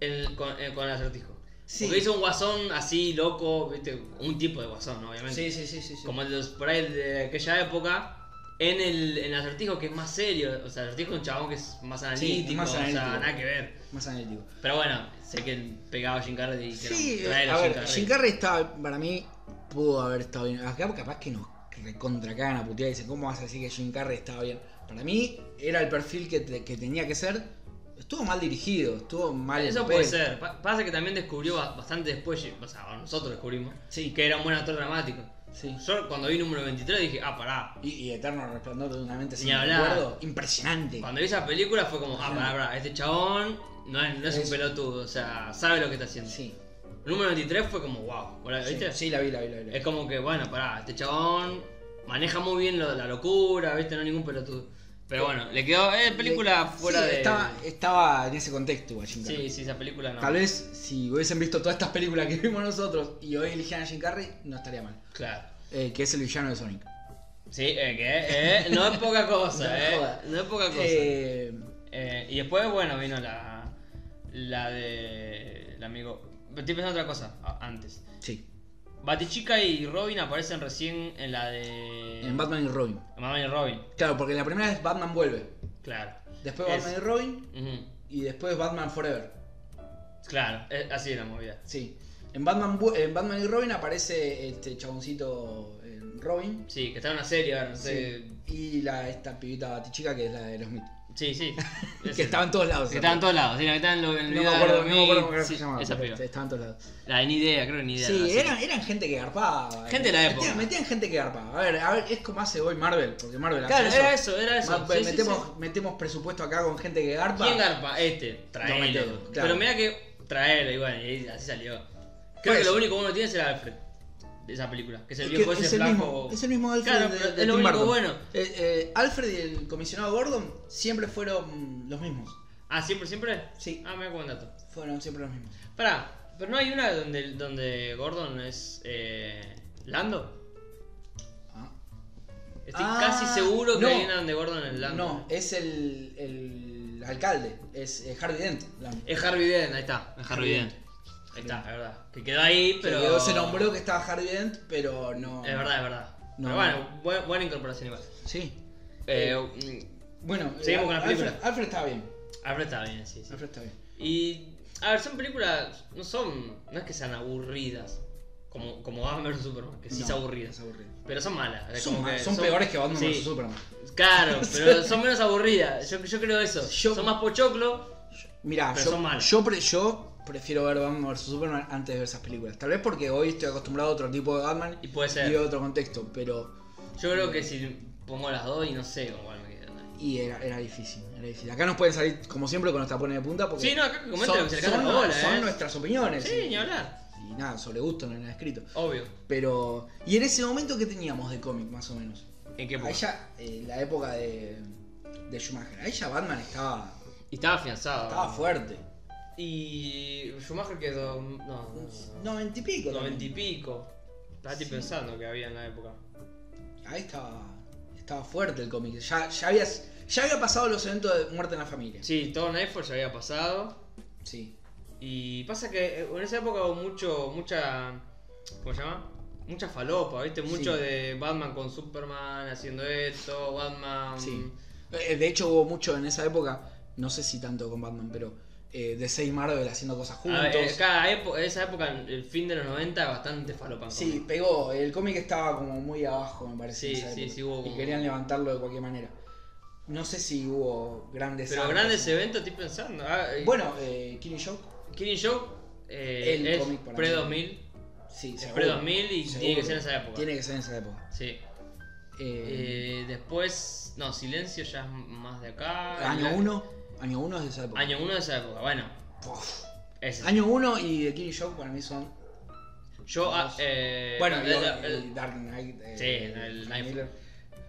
en- con, en- con el acertijo. Sí. Porque hizo un guasón así, loco, viste, un tipo de guasón, obviamente. Sí, sí, sí, sí. sí. Como el de los- por ahí de aquella época, En el, en el acertijo que es más serio, o sea, el acertijo es un chabón que es más analítico, es más o sea, analítico. nada que ver. Más analítico. Pero bueno, sé que pegaba a Jim Carrey y dijeron, Sí, eh, "Tráelo, a Jim ver, Carrey". Jim Carrey está, para mí, pudo haber estado bien. Acá capaz que nos recontra cagan a putear y dicen, ¿cómo vas a decir que Jim Carrey estaba bien? Para mí, era el perfil que, te- que tenía que ser. Estuvo mal dirigido, estuvo mal. el Eso papel. puede ser. Pa- pasa que también descubrió ba- bastante después, o sea, nosotros descubrimos, Sí. que era un buen actor dramático. Sí. Yo cuando vi número 23 dije, ah, pará. Y, y Eterno Resplandor de una mente Ni sin hablar. recuerdo. Impresionante. Cuando vi esa película fue como, ah, pará, pará, este chabón no es, no es un Es- pelotudo, o sea, sabe lo que está haciendo. Sí. Número 23 fue como, wow, Sí, ¿viste? Sí, la vi, la vi, la vi. la vi. Es como que, bueno, pará, este chabón maneja muy bien lo de la locura, ¿viste? No es ningún pelotudo. Pero bueno, le quedó, eh, película fuera Sí, de... Estaba, estaba en ese contexto, igual, Jim Carrey. Sí, sí, esa película no. Tal vez si hubiesen visto todas estas películas que vimos nosotros y hoy eligieran a Jim Carrey, no estaría mal. Claro. Eh, que es el villano de Sonic. Sí, eh, que eh, no es poca cosa, No eh. joda. No es poca cosa. Eh, Eh, y después, bueno, vino la. La de. El amigo. Estoy pensando en otra cosa a- antes. sí, Batichica y Robin aparecen recién en la de. en Batman y Robin. Mamá y Robin, Claro, porque la primera es Batman vuelve, claro. después Es- Batman y Robin Ujú, y después Batman Forever. Claro, es- así era la movida. Sí. En Batman, vu- en Batman y Robin aparece este chaboncito eh, Robin. Sí, que está en una serie ahora, no sé. Sí. Y la, esta pibita batichica que es la de los mitos. Sí, sí. Es- Que estaba en todos lados. que estaba en todos lados, sí, la que estaba en lo- en el No me video de acuerdo, no Robin, me acuerdo cómo era que sí, se llamaba. Esa pero piba. Estaba en todos lados. La de ni idea, creo que ni idea. Sí, era eran, eran gente que garpaba. Gente de la época. Metían, metían gente que garpaba. A ver, a ver, es como hace hoy Marvel, porque Marvel Claro, hace era eso, era eso. Ma- Sí, sí, pues, metemos, sí. metemos presupuesto acá con gente que garpa. ¿Quién garpa? Este, traelo. Prometeo, claro. Pero mira que traelo, y bueno, y ahí- así salió. Creo Pues que lo sí. único bueno que tiene es el Alfred de esa película, que es el Es viejo que ese es el flaco. mismo, es el mismo Alfred Claro, de- pero de es lo Tim único Burton. bueno. Eh, eh, Alfred y el comisionado Gordon siempre fueron los mismos. Ah, siempre, siempre. Sí. Ah, me buen dato. Fueron siempre los mismos. Pará, pero no hay una donde, donde Gordon es eh, Lando. Ah. Estoy Ah, casi seguro que no. hay una donde Gordon es Lando. No, es el, el alcalde, es eh, Harvey Dent. la- Es Harvey Dent, ahí está. Es Harvey Dent. Ahí está, es verdad. Que quedó ahí, que pero. luego se nombró que estaba Harvey Dent, pero no. Es verdad, es verdad. No, pero no. bueno, bu- buena, incorporación igual. Sí. Eh, mm, Bueno, eh, Seguimos con la Alfred, película. Alfred está bien. Alfred está bien, sí, sí. Alfred está bien. Y. A ver, son películas. No son. No es que sean aburridas. Como, como Batman vs Superman, que sí No, es aburrida. es aburrida. Pero son malas. es Son, como ma- son peores que Batman sí, vs Superman. Claro, pero son menos aburridas. Yo, yo creo eso. Yo- Son más pochoclo. Mira, Pero yo, son malas. yo, pre- yo prefiero ver Batman vs Superman antes de ver esas películas. Tal vez porque hoy estoy acostumbrado a otro tipo de Batman Y puede y ser. otro contexto, pero. Yo creo que si pongo las dos y no sé con cuál me quedo. Y era, era difícil, era difícil. Acá nos pueden salir, como siempre, con los tapones de punta porque. Sí, no, acá que comenten son- lo que se le canta son- la bola, Son eh. nuestras opiniones. Sí, y- ni hablar. Y nada, sobre gusto no hay nada escrito. Obvio. Pero. ¿Y en ese momento qué teníamos de cómic, más o menos? ¿En qué A punto? ella, eh, la época de. de Schumacher. A ella Batman estaba. Y estaba afianzado. estaba fuerte. Y Schumacher quedó. No, no, no. Noventa y pico. también. 90 y pico. Estaba estoy Sí. pensando que había en la época. Ahí estaba, estaba fuerte el cómic. Ya, ya, habías, ya había pasado los eventos de muerte en la familia. Sí, todo Nightfall ya había pasado. Sí. Y pasa que eh, en esa época hubo mucho, mucha. ¿Cómo se llama? Mucha falopa, ¿viste? Mucho Sí. de Batman con Superman haciendo esto, Batman. Sí. Eh, De hecho, hubo mucho en esa época, no sé si tanto con Batman, pero eh, DC y Marvel haciendo cosas A ver, juntos. eh, cada epo- esa época, el fin de los 90, bastante falopa. en sí, cómic. pegó. El cómic estaba como muy abajo, me parece. Sí, en esa sí, época. sí, hubo Y como- querían levantarlo de cualquier manera. No sé si hubo grandes. Pero arcos, grandes ¿no? eventos estoy pensando. Ah, eh, Bueno, eh, Killing Joke. Killing Joke eh, El es cómic para mí. pre-2000. Sí, Es seguro. pre-2000 y tiene que Seguro. ser en esa época. Tiene que ser en esa época. Sí. Eh, Eh, después, no, Silencio ya es más de acá. año La- 1. Año 1 es de esa época. Año 1 de esa época, bueno. Uf. ese. Año 1 y The Killing Joke para mí son. Yo, ah, eh, bueno, el- digo, el- el, Dark Knight. eh, sí, el Frank Knife. Miller.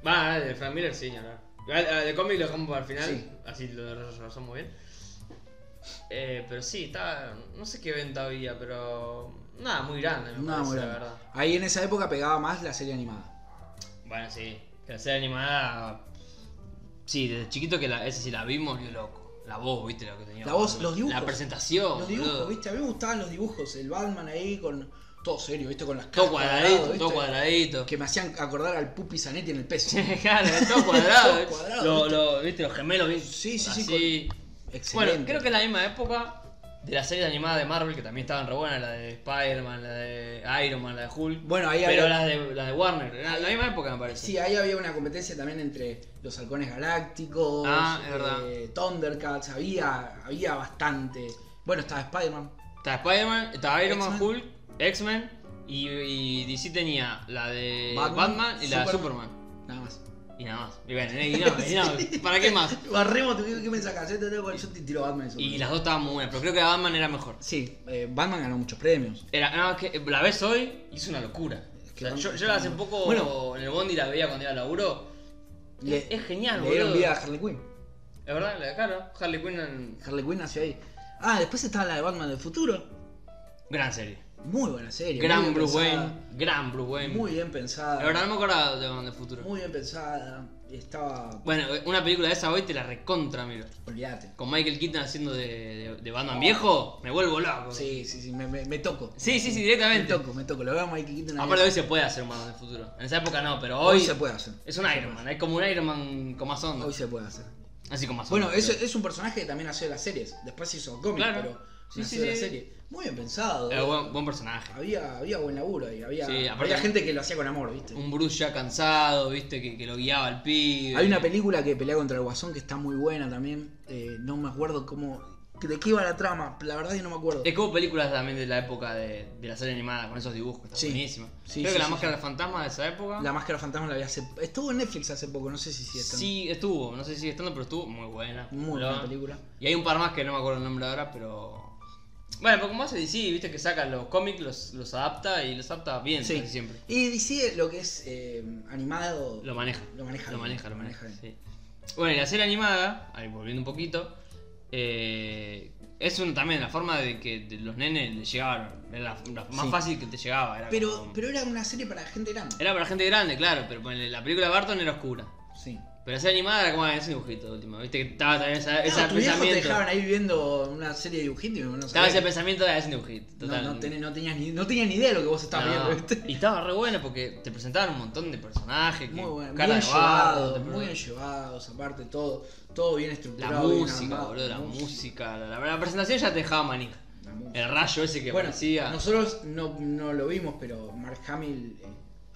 Va, el de Frank Miller sí, ni hablar. Igual, ah, De cómic lo dejamos para el final, Sí. así lo resolvemos bien. Eh, pero sí, estaba. No sé qué venta había, pero. Nada, muy grande, me Nada, parece, muy la grande. verdad. Ahí en esa época pegaba más la serie animada. Bueno, sí, que la serie animada. Sí, desde chiquito que la, esa sí la vimos, yo loco. La voz, viste lo que tenía. La voz, los dibujos. La presentación. los dibujos, boludo. ¿viste? A mí me gustaban los dibujos. El Batman ahí con, todo serio, ¿viste? Con las caras Todo cuadradito, cuadradas, todo ¿viste? cuadradito. Que me hacían acordar al Pupi Zanetti en el pez. claro, todo cuadrado. Todo cuadrado, Lo- ¿viste? lo- ¿viste? Los gemelos bien. Sí, sí, sí, así. Excelente. Bueno, creo que es la misma época de las series animadas de Marvel, que también estaban re buenas, la de Spider-Man, la de Iron Man, la de Hulk. Bueno, ahí Pero había- las de, las de Warner, era la misma época me parece. Sí, ahí había una competencia también entre los halcones galácticos, Ah, es verdad. eh, Thundercats, había, había bastante. Bueno, estaba Spider-Man. Estaba Spider-Man, estaba Iron Man, X-Men. Hulk, X-Men y, y DC tenía la de Batman, Batman, y la de Superman. Superman. Nada más. Y nada más. Y bueno, y nada, y nada, ¿para qué más? Barremos, ¿qué, qué me sacas? Yo te, yo te tiro Batman. eso. Y las dos estaban muy buenas, pero creo que la Batman era mejor. Sí, eh, Batman ganó muchos premios. Era, no, es que la ves hoy y es una locura. Es que O sea, yo, Batman yo está hace muy- poco Bueno. en el Bondi la veía cuando iba al laburo. Le- es genial, Le dieron boludo. vida a Harley Quinn. La verdad, la de claro, Harley Quinn en Harley Quinn nació ahí. Ah, después estaba la de Batman del futuro. gran serie. Muy buena serie. muy Gran bien Bruce pensada. Wayne, gran Bruce Wayne. Muy bien pensada. La verdad no me acordaba de Batman de futuro. Muy bien pensada. Estaba. Bueno, una película de esa hoy te la recontra, miro. Olvídate. Con Michael Keaton haciendo de, de, de Batman viejo, me vuelvo loco. Oh. Sí, sí, sí, me, me- me toco. sí, sí, sí, Me directamente. toco, me toco. Lo veo a Mikey Keaton ahí. Aparte hoy se puede hacer un Batman de futuro. En esa época no, pero Hoy hoy, se puede hacer. es un Iron Man, es como un Iron Man con más onda. Hoy se puede hacer. Así con más Bueno, onda, es, pero- es un personaje que también nació de las series. Después hizo cómics, Claro. pero Sí, nació sí, de la sí. serie. Muy bien pensado. era buen, buen personaje. Había, había buen laburo ahí. Había, Sí, aparte- había gente que lo hacía con amor, ¿viste? Un Bruce ya cansado, viste, que, que lo guiaba al pibe. Hay una película que pelea contra el Guasón que está muy buena también. Eh, no me acuerdo cómo. ¿De qué iba la trama? La verdad yo no me acuerdo. Es como películas también de la época de, de la serie animada con esos dibujos, está Sí. buenísima. Sí, Creo sí, que la sí, máscara fantasma de esa época. La Máscara Fantasma la había hace... Estuvo en Netflix hace poco, no sé si sigue estando. Sí, estuvo, no sé si sigue estando, pero estuvo muy buena. Muy La- buena película. Y hay un par más que no me acuerdo el nombre ahora, pero. Bueno, pero como hace DC, viste que saca los cómics, los, los adapta y los adapta bien Sí. casi siempre. Y DC lo que es eh, animado... Lo maneja. Lo maneja Lo bien, maneja, lo lo maneja. maneja sí. Bueno, y la serie animada, ahí volviendo un poquito, eh, es un, también la forma de que de los nenes le llegaban. Era la, la más Sí. fácil que te llegaba. Era Pero, como- pero era una serie para gente grande. Era para gente grande, claro, pero ponele, la película de Barton era oscura. Sí. Pero la serie animada era como ah, es un dibujito de última. Viste que estaba también esa, Claro, ese tu viejo te pensamiento. dejaban ahí viendo una serie de dibujitos y no Estaba sabías. ese pensamiento de ah, es un dibujito. No, Total. no, tenés- no tenías ni, no tenías ni idea de lo que vos estabas No, viendo, ¿viste? Y estaba re bueno porque te presentaban un montón de personajes. que- Muy bueno, cara bien de barro, llevados, te muy pre- bien llevados, aparte todo, todo bien La estructurado. bien música, armado, boludo, la música. La, la- la presentación ya te dejaba manija. la música. El rayo ese que Bueno, aparecía. nosotros no, no lo vimos, pero Mark Hamill eh,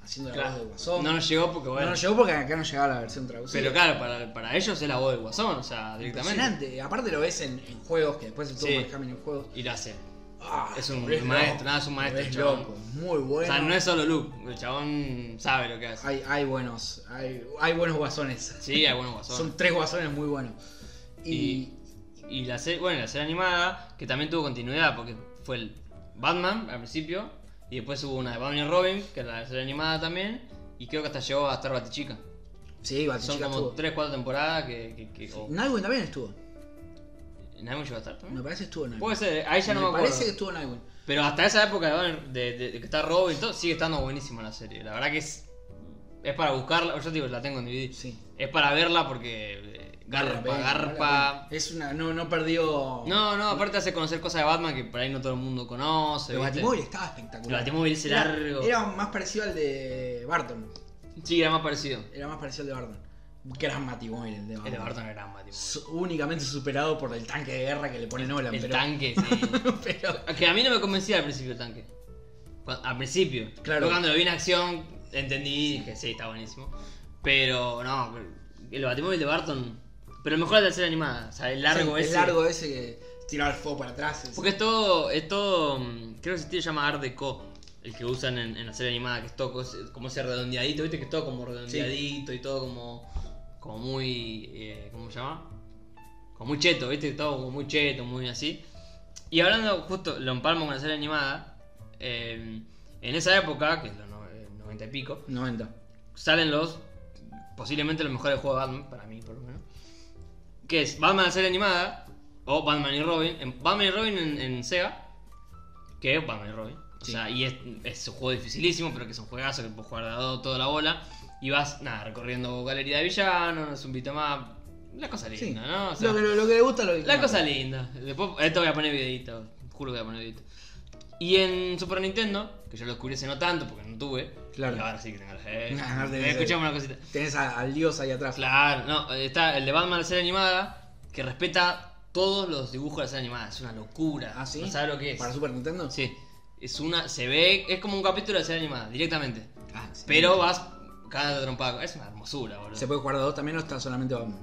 haciendo la Claro, voz de Guasón. no nos llegó porque No bueno. nos llegó porque acá no llegaba la versión traducida. pero claro, para, para ellos es la voz del guasón, o sea, directamente. Impresionante. Aparte lo ves en, en juegos, que después estuvo Sí. Mark Hamill en juegos. Y lo hace. Ah, Es un lo ves maestro, loco, nada, es un lo maestro, ves el chabón. loco, muy bueno. O sea, no es solo Luke, el chabón sabe lo que hace. hay, hay buenos, hay, hay buenos guasones. Sí, hay buenos guasones. Son tres guasones muy buenos. Y, Y- Y la serie, bueno, la serie animada, que también tuvo continuidad, porque fue el Batman al principio, y después hubo una de Batman y Robin, que era la serie animada también, y creo que hasta llegó a estar Batichica. sí, Son Batichica como estuvo. 3, 4 temporadas que... que, que o- Nightwing también estuvo. ¿Nightwing llegó a estar Me también? parece que estuvo Nightwing. Puede ser, ahí ya no me acuerdo. parece que estuvo Nightwing. Pero hasta esa época de, Batman- de- de- de que está Robin, y todo, sigue estando buenísima la serie. La verdad que es... Es para buscarla, yo te digo, la tengo en DVD. Sí. Es para verla porque... eh, Vale Garpa, la pena, vale la garpa... pena. Es una, no, no perdió. No, no, aparte hace conocer cosas de Batman que por ahí no todo el mundo conoce. El ¿viste? Batimóvil estaba espectacular. El Batimóvil ese Era- largo. Era más parecido al de Barton. Sí, era más parecido. Era más parecido al de Barton. Gran Batimóvil el de Barton. El de Barton era más, tipo. Su- únicamente superado por el tanque de guerra que le pone Nolan. El pero, tanque, sí. pero- que a mí no me convencía al principio el tanque. Cuando- al principio. Claro. Yo cuando lo vi en acción, entendí y dije, sí, está buenísimo. Pero no, el Batimóvil de Barton. Pero mejor el de la serie animada. O sea, el largo sí, ese. El largo ese que tiraba el fuego para atrás. ese. Porque es todo, es todo, mm, creo que ese estilo se llama Art Deco, el que usan en, en la serie animada, que es todo cos- como ese redondeadito, viste que es todo como redondeadito y todo como, como muy, eh, ¿cómo se llama? Como muy cheto, viste, todo como muy cheto, muy así. Y hablando justo, lo empalmo con la serie animada, eh, en esa época, que es los no- eh, 90 y pico, 90. salen los, posiblemente los mejores juegos de Batman, para mí por lo menos, que es Batman la serie animada o Batman y Robin. En- Batman y Robin en, en Sega, que es Batman y Robin. O Sí. sea, y es, es un juego dificilísimo, pero que es un juegazo que puedes jugar de a dos toda la bola. Y vas, nada, recorriendo galería de villanos, es un bitmap. La cosa Sí. linda, ¿no? O sea, lo, que, lo que le gusta lo que la cosa linda. Después, esto voy a poner videito. Juro que voy a poner videito. Y en Super Nintendo, que yo lo descubrí hace no tanto porque no tuve. Claro. y ahora sí que tengo la- eh, Ah, no tenés- escuchame una cosita. Tenés a- al dios ahí atrás. Claro, no, está el de Batman la serie animada, que respeta todos los dibujos de la serie animada. Es una locura. ¿Ah, sí? No sabes lo que es. ¿Para Super Nintendo? Sí. Es una. Se ve. Es como un capítulo de serie animada, directamente. Ah, sí. Pero vas. Cada trompado. Es una hermosura, boludo. ¿Se puede jugar de dos también o está solamente Batman?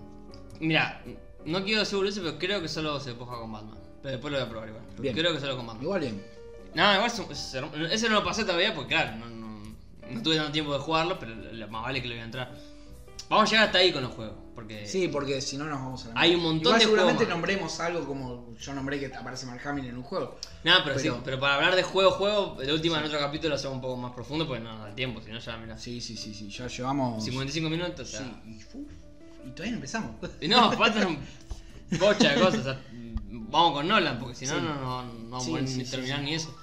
Mira, no quiero decir boludeces, pero creo que solo se puede jugar con Batman. Pero después lo voy a probar igual. Bien. Creo que solo con Batman. Igual bien. No, igual es un- es hermo- ese no lo pasé todavía porque, claro, no, no- no tuve tanto tiempo de jugarlo, pero lo- más vale que lo voy a entrar. Vamos a llegar hasta ahí con los juegos, porque Sí, porque si no nos vamos a la Eh. Hay mierda. un montón Igual de seguramente juegos más. nombremos algo como yo nombré que aparece Mark Hamill en un juego. Nada, pero, sí, Pero- pero para hablar de juego, juego, la última en otro capítulo lo hacemos un poco más profundo, porque no nos da el tiempo, si no ya, mira, Sí, sí, sí, sí. Ya llevamos. 55 minutos, o sea, Sí, y, fu- y todavía no empezamos. y no, faltan un bocha de cosas, o sea, vamos con Nolan, porque si no, Sí. no, no, no vamos a Sí, poder sí, ni sí, terminar sí. ni eso.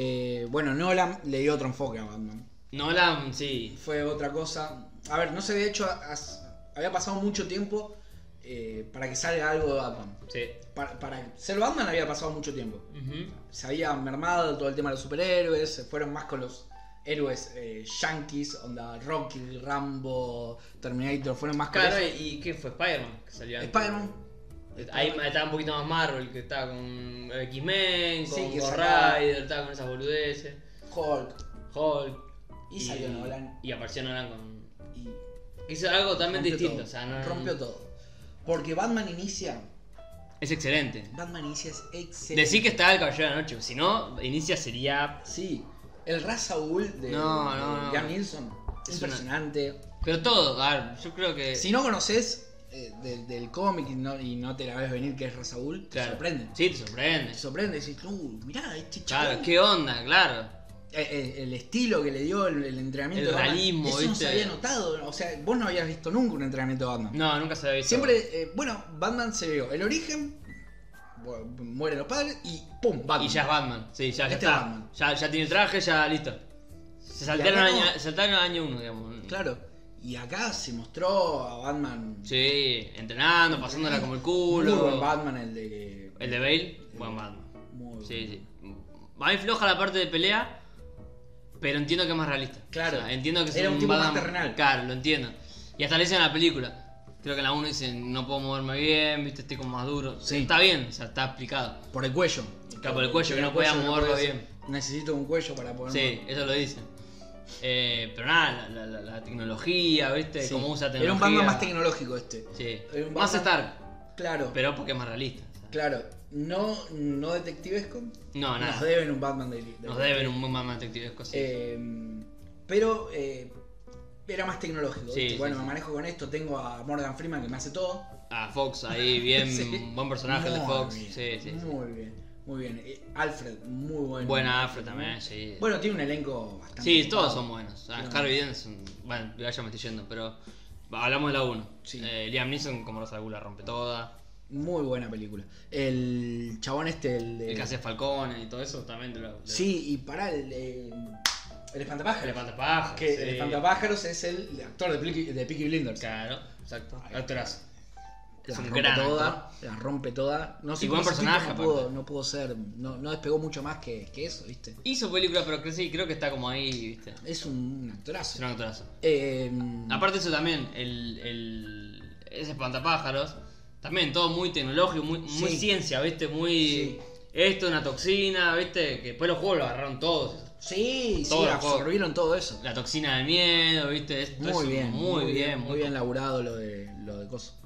Eh, bueno, Nolan le dio otro enfoque a Batman. Nolan, sí, Fue otra cosa. A ver, no se había hecho. as- Había pasado mucho tiempo eh, para que salga algo de Batman. sí. Para, para ser Batman había pasado mucho tiempo. Ujú. Se había mermado todo el tema de los superhéroes. Se fueron más con los héroes eh, yankees, onda Rocky, Rambo, Terminator. Fueron más con Claro, eso. y, y ¿qué fue? Spider-Man, que salió antes. Spider-Man. Ahí estaba un poquito más Marvel, que estaba con X-Men, con Sí, que Ghost sacaba- Rider, estaba con esas boludeces, Hulk. Hulk. Y salió Nolan. Y apareció Nolan con. Y Hizo algo totalmente rompió distinto, todo, o sea, no. Rompió todo. Porque Batman inicia. Es excelente. Batman inicia es excelente. Decí que estaba el Caballero de la Noche, si no, inicia sería. Sí, el Razaul de No, no, no. de Liam Neeson. Es Eh. impresionante. Pero todo, a ver, yo creo que. Si no conoces eh, del, del cómic y no, y no te la ves venir que es Razaul, te claro. sorprende. Sí, te sorprende. Te sorprende, decís, uh, mirá, este Claro, chaval. ¿qué onda? Claro. Eh, eh, El, estilo que le dio el, el entrenamiento El de Batman, realismo, eso no ¿viste? se había notado. O sea, vos no habías visto nunca un entrenamiento de Batman. No, nunca se había visto. Siempre, eh, bueno, Batman se vio. El origen, bu- mueren los padres y ¡pum! Batman. Y ya es Batman, sí, ya, ya Este está. Batman. Ya, ya tiene el traje, ya listo. Se saltaron, acá no. año, saltaron año uno, digamos. Claro. Y acá se mostró a Batman. Sí, entrenando, pasándola como el culo. Muy buen Batman, el de. El de Bale, buen Batman. Muy Sí, sí. Va muy floja la parte de pelea, pero entiendo que es más realista. Claro. O sea, entiendo que es Era un tipo más terrenal. Claro, lo entiendo. Y hasta le dicen en la película. Creo que en la 1 dicen, no puedo moverme bien, viste, estoy como más duro. Sí. Está bien, o sea, está explicado. Por el cuello. Claro, por el cuello, que no podía moverlo podía- bien. Necesito un cuello para poder. Sí, eso lo dicen. Eh, pero nada, la, la- la- la tecnología, viste, Sí. cómo usa tecnología. Era un Batman más tecnológico este. Sí, Era un más Batman- Stark, Claro. pero porque es más realista. o sea. Claro. No, no detectivesco. No, nada. Nos deben un Batman de. de- Nos deben un buen Batman detective cosas. Eh, pero eh, era más tecnológico. Sí, ¿viste? sí, bueno, sí. me manejo con esto. Tengo a Morgan Freeman que me hace todo. A Fox ahí, bien, Sí. buen personaje el de Muy Fox. bien, Sí, sí, sí. Muy bien. Muy bien. Eh, Alfred, muy bueno. Buena Afro también, sí. Bueno, tiene un elenco bastante. sí, todos copado. son buenos. Ah, Claro. Harvey Dent es un- Bueno, ya ya me estoy yendo, pero. va, Hablamos de la 1. Sí. Liam Neeson, como Rosa la rompe toda. Muy buena película. El chabón este, el de. El que hace Falcone y todo eso también te lo. Sí, y para el. eh, el te- El espantapájaros. espantapájaros. Que sí. el espantapájaros es el actor de Peaky, de Peaky Blinders. Claro, exacto. Atrás. La Es un rompe gran toda, la rompe toda. No sé Y buen cómo ese personaje, tipo no pudo, aparte. no pudo ser, no, no despegó mucho más que, que eso, ¿viste? Hizo películas, pero que sí, creo que está como ahí, viste. Es un Es actorazo. un actorazo. Eh, Aparte eso también, el, el ese espantapájaros, también todo muy tecnológico, muy, muy Sí. ciencia, ¿viste? Muy Sí. esto, una toxina, ¿viste? Que después los juegos lo agarraron todos. sí, sí, Todo el juego. absorbieron todo eso. La toxina del miedo, ¿viste? Es- todo Muy eso bien, muy bien, muy bien laburado lo de, lo de cosas.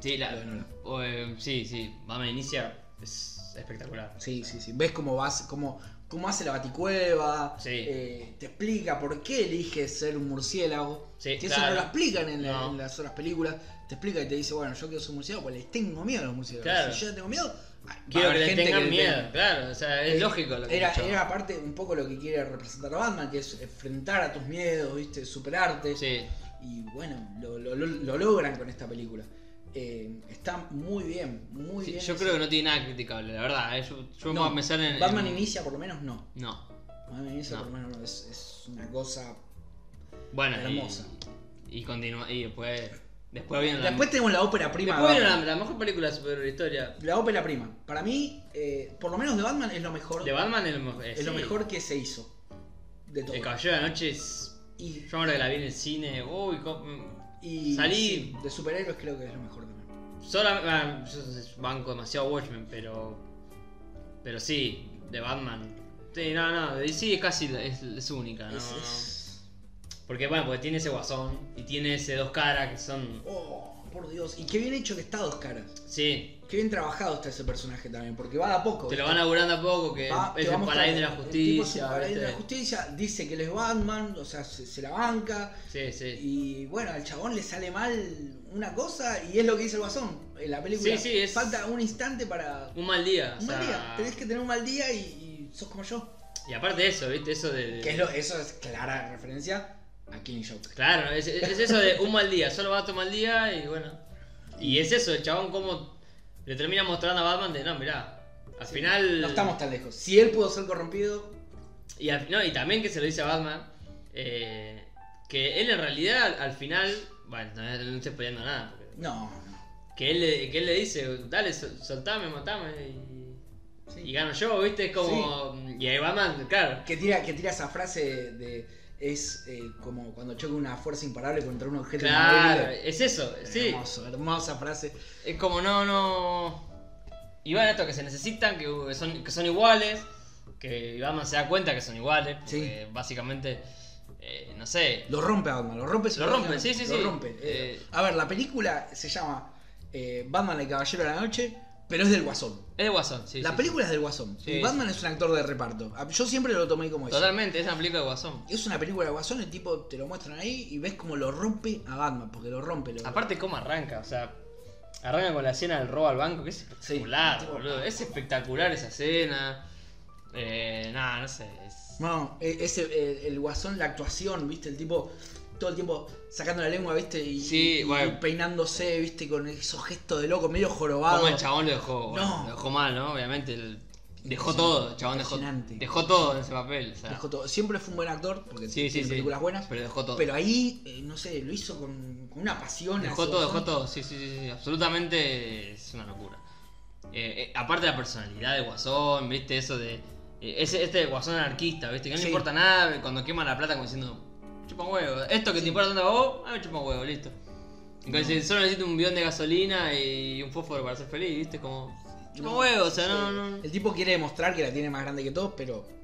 Sí, la- lo de Nolan. o, eh, sí, sí, vamos a iniciar, es espectacular. Sí, sí, sí. Ves cómo vas, cómo, cómo hace la baticueva. Sí. eh, te explica por qué eliges ser un murciélago. Sí, que eso claro. no lo explican en, la- No. en las otras películas. Te explica y te dice, bueno, yo quiero ser un murciélago, pues les tengo miedo a los murciélagos. Claro. Si yo tengo miedo, va a Quiero que haber le gente tengan que le miedo, tenga- claro, o sea, es Eh, lógico lo que era, escuchaba. era aparte un poco lo que quiere representar Batman, que es enfrentar a tus miedos, viste, superarte. Sí, Y bueno, lo, lo- lo- lo logran con esta película. Eh, está muy bien, muy sí, bien. yo creo que no tiene nada criticable, la verdad, eh, yo, yo me No, voy a pensar en... Batman en- inicia por lo menos no. No, A mí eso No. por lo menos es, es una cosa Bueno, Hermosa. Y, y continúa, y después Después viene la, Después tenemos la ópera prima. después de viene Batman. la, la mejor película de superhéroe de la historia. La ópera prima. Para mí, eh, por lo menos de Batman es lo mejor. De Batman es lo mejor. eh, es lo sí. mejor que se hizo. De todo. El Caballero de la Noche es. Y, Yo ahora que la vi en el cine. Uy, co- mm, y- Salí. sí, de superhéroes creo que es lo mejor también. sola- ah, yo banco demasiado Watchmen, pero. Pero sí, de Batman. Sí, no, no, de DC es casi la- es, es única, Ah, ¿no? Es- es- Porque bueno, porque tiene ese guasón y tiene ese dos caras que son. Oh, por Dios. Y qué bien hecho que está dos caras. Sí, Qué bien trabajado está ese personaje también, porque va de a poco. te lo ¿viste? van laburando a poco, que Va- te es va el paladín de la mostrando. El tipo es justicia. el paladín de la ¿viste? justicia, dice que él es Batman, o sea, se, se la banca. Sí, sí. Y bueno, al chabón le sale mal una cosa y es lo que dice el guasón en la película. Sí, sí, es- Falta un instante para. Un mal día. o Un mal sea, día. Tenés que tener un mal día y, y sos como yo. Y aparte de eso, ¿viste? Eso de. de- Que es lo- eso es clara referencia a King Joke. Claro, es, es eso de un mal día, solo va a tomar mal día y bueno. Y es eso, el chabón como le termina mostrando a Batman de no, mirá. Al final. No estamos tan lejos. Si él pudo ser corrompido, Y, al- no, y también que se lo dice a Batman. eh, que él en realidad al- al final. Bueno, no, no estoy peleando nada. porque- no, no. que, él le, que él le dice, dale, sol- soltame, matame. Y, Sí. y gano yo, ¿viste? Es como. Y ahí Batman, claro. Que tira, que tira esa frase de. Es eh, como cuando choca una fuerza imparable contra un objeto Claro, inamovible. es eso, sí. Hermoso, hermosa frase. Es como no, no. Y bueno, esto que se necesitan, que uh, son, que son iguales, que Batman se da cuenta que son iguales, porque básicamente, eh, no sé. Lo rompe a Batman, lo rompe Lo rompe, sí, sí, lo sí. rompe. Eh, Eh, a ver, la película se llama eh, Batman el Caballero de la Noche, pero es del Guasón. Es de Guasón, sí. la sí, película es del Guasón. Sí, y sí. Batman es un actor de reparto. A- Yo siempre lo tomé como sí. eso. Totalmente, es una película de Guasón. Es una película de Guasón, el tipo te lo muestran ahí y ves cómo lo rompe a Batman, porque lo rompe. Lo... Aparte, cómo arranca, o sea, arranca con la escena del robo al banco, que es espectacular, Sí. boludo. Es espectacular esa escena. Eh, nada, no sé. es- No, e- ese, el, el Guasón, la actuación, viste, el tipo todo el tiempo sacando la lengua, viste, y, Sí, y- y bueno. peinándose, viste, con esos gestos de loco, medio jorobado. Como el chabón lo dejó, bueno, No. lo dejó mal, ¿no? Obviamente, el- dejó Impresionante, todo, el chabón dejó, impresionante. dejó todo en ese papel. o sea. Dejó todo. Siempre fue un buen actor, porque Sí, sí, tiene sí. películas buenas. Pero dejó todo. Pero ahí, eh, no sé, lo hizo con, con una pasión. dejó así, todo, ¿no? dejó todo. Sí, sí, sí, sí, Absolutamente es una locura. Eh, eh, aparte de la personalidad de Guasón, viste, eso de. eh, ese, este Guasón anarquista, viste, que no Sí. le importa nada cuando quema la plata como diciendo. Chupa un huevo. Esto que Sí. te importa tanto a vos, a mí me chupa un huevo, listo. Entonces, solo necesito un bidón de gasolina y un fósforo para ser feliz, viste, como. Chupa No, un huevo, o sea, sí. no, no. El tipo quiere demostrar que la tiene más grande que todos, pero.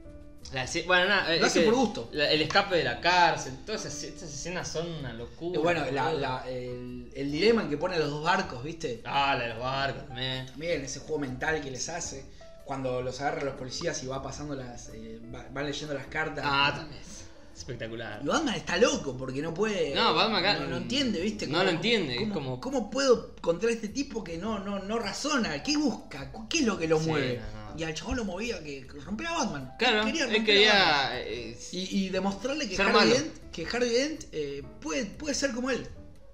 La esce- bueno, nada. eh, Lo es hace que por gusto. la- el escape de la cárcel, todas esas, estas escenas son una locura. eh, bueno, la- boludo. la- el, el dilema en que pone los dos barcos, ¿viste? Ah, la de los barcos, man. Miren ese juego mental que les hace. Cuando los agarra los policías y va pasando las. eh, va- van leyendo las cartas. Ah, también. es Espectacular. Y Batman está loco porque no puede. No, Batman acá- No, no entiende, ¿viste? no Cómo- lo entiende, es Cómo, como- ¿Cómo puedo contra este tipo que no, no, no razona? ¿Qué busca? ¿Qué es lo que lo Sí, mueve? no, no. Y al chabón lo movía que romper a Batman. Claro, romper él a Batman. quería. eh, sí. Y, y demostrarle que Ser Harvey, malo. Dent, que Harvey Dent eh, puede, puede ser como él.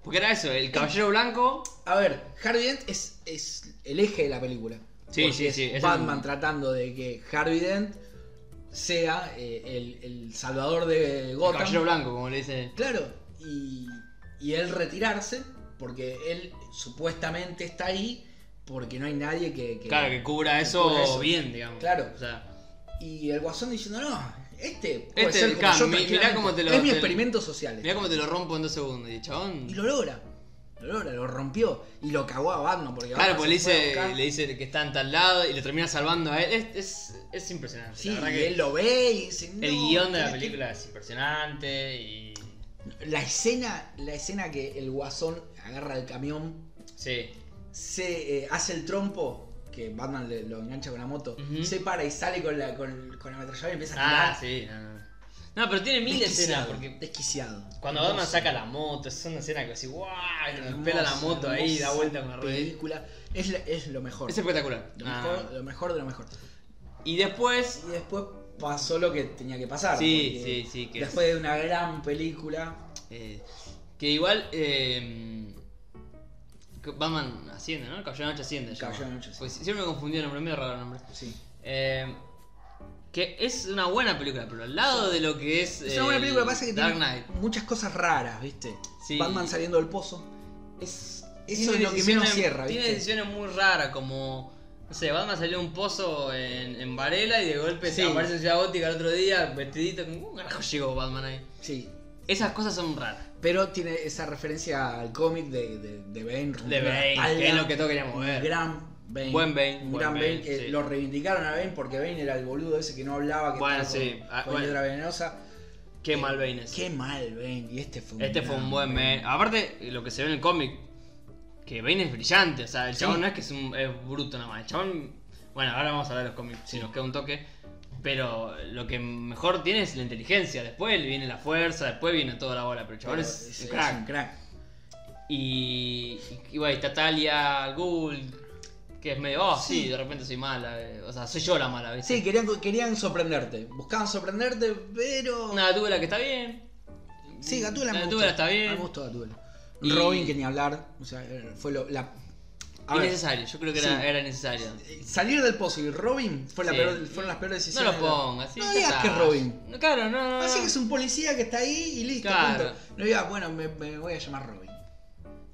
Porque era eso, el caballero blanco. A ver, Harvey Dent es, es el eje de la película. Sí, Porque sí, es sí, es Batman el- tratando de que Harvey Dent sea eh, el, el salvador de El Gotham. caballero blanco, como le dicen. Claro, y, y él retirarse, porque él supuestamente está ahí, porque no hay nadie que... que- Claro, que cubra eso, cubra eso. bien, digamos. Claro. O sea, Y el guasón diciendo, no, este... Puede Este, ser como claro, yo mi- mirá tranquilamente. cómo te lo- Es mi te- experimento social. mirá cómo te lo rompo en dos segundos. Y chabón. Y lo logra. Lo logra, lo rompió. Y lo cagó a Batman, porque... Claro, Batman pues le se fue a dice, buscar. le dice que está en tal lado y lo termina salvando a él. Es, es, es impresionante. Sí, la verdad y que él lo ve y dice... "No, el guión de la tenés que-". película es impresionante y. La escena, la escena que el guasón agarra el camión Sí. se eh, hace el trompo que Batman le- lo engancha con la moto, Ujú. se para y sale con la, con, con la ametralladora y empieza a tirar. Ah, sí. No, no. No, pero tiene mil escenas Desquiciado, porque desquiciado. Cuando Hermoso. Batman saca la moto, es una escena que así, guau, que nos Hermosa, pela la moto ahí, hermosa da vuelta con la rueda. película. Es, la- es lo mejor. Es espectacular. lo, Ah. mejor lo mejor de lo mejor. Y después, Y después pasó lo que tenía que pasar. Sí, porque sí, sí, que- después de una gran película. eh, que igual, eh, que Batman asciende, ¿no? El Caballero de la Noche asciende. se Caballero de la llama. Noche asciende. Pues siempre me confundí el nombre, medio raro el nombre. Sí. Eh, que es una buena película, pero al lado de lo que es. Es una buena el película, pasa que Eh, Dark tiene Knight. muchas cosas raras, ¿viste? Sí. Batman saliendo del pozo. Es, Tiene eso es lo que decisiones- menos cierra, Tiene ¿viste? decisiones muy raras, como. No sé, Batman salió de un pozo en, en Varela y de golpe Sí. aparece en Ciudad Gótica el otro día, vestidito, como, ¿cómo carajo llegó Batman ahí? Sí. Esas cosas son raras. Pero tiene esa referencia al cómic de, de, de Bane. De una Bane, espalda, que es lo que todos queríamos un ver. Gran Bane. Buen Bane, Un buen gran Bane. Bane, que sí. Lo reivindicaron a Bane porque Bane era el boludo ese que no hablaba, que Bueno, estaba sí. con, Ah, con bueno. hiedra venenosa. Qué mal Bane ese. Qué mal Bane. Y este fue un Este fue gran un buen Bane. Aparte, lo que se ve en el cómic, que Bane es brillante, o sea, el Sí. chabón no es que es, un, es bruto nada más. El chabón, bueno, ahora vamos a hablar de los cómics, si nos queda un toque. Pero lo que mejor tiene es la inteligencia, después viene la fuerza, después viene toda la bola, pero el Pero chabón es, un crack. un crack. Y, y, y bueno, está Talia al Ghul, que es medio, oh, sí. de repente soy mala, eh, o sea, soy yo la mala, ¿viste? Sí, querían, querían sorprenderte. Buscaban sorprenderte, pero. Una Gatúbela que está bien. Sí, Gatúbela me Gatúbela gustó. está bien. Me gustó Gatúbela. Y- Robin, que ni hablar. O sea, fue lo, la. A ver, Innecesario, yo creo que era, Sí. era necesario. salir del pozo y Robin fue la Sí. peor- fueron las peores No decisiones. lo de la- pongas, sí, No ya digas está. que es Robin. No, Claro, no, no. Así no. que es un policía que está ahí y listo. Claro. punto. No digas, bueno, me, me voy a llamar Robin.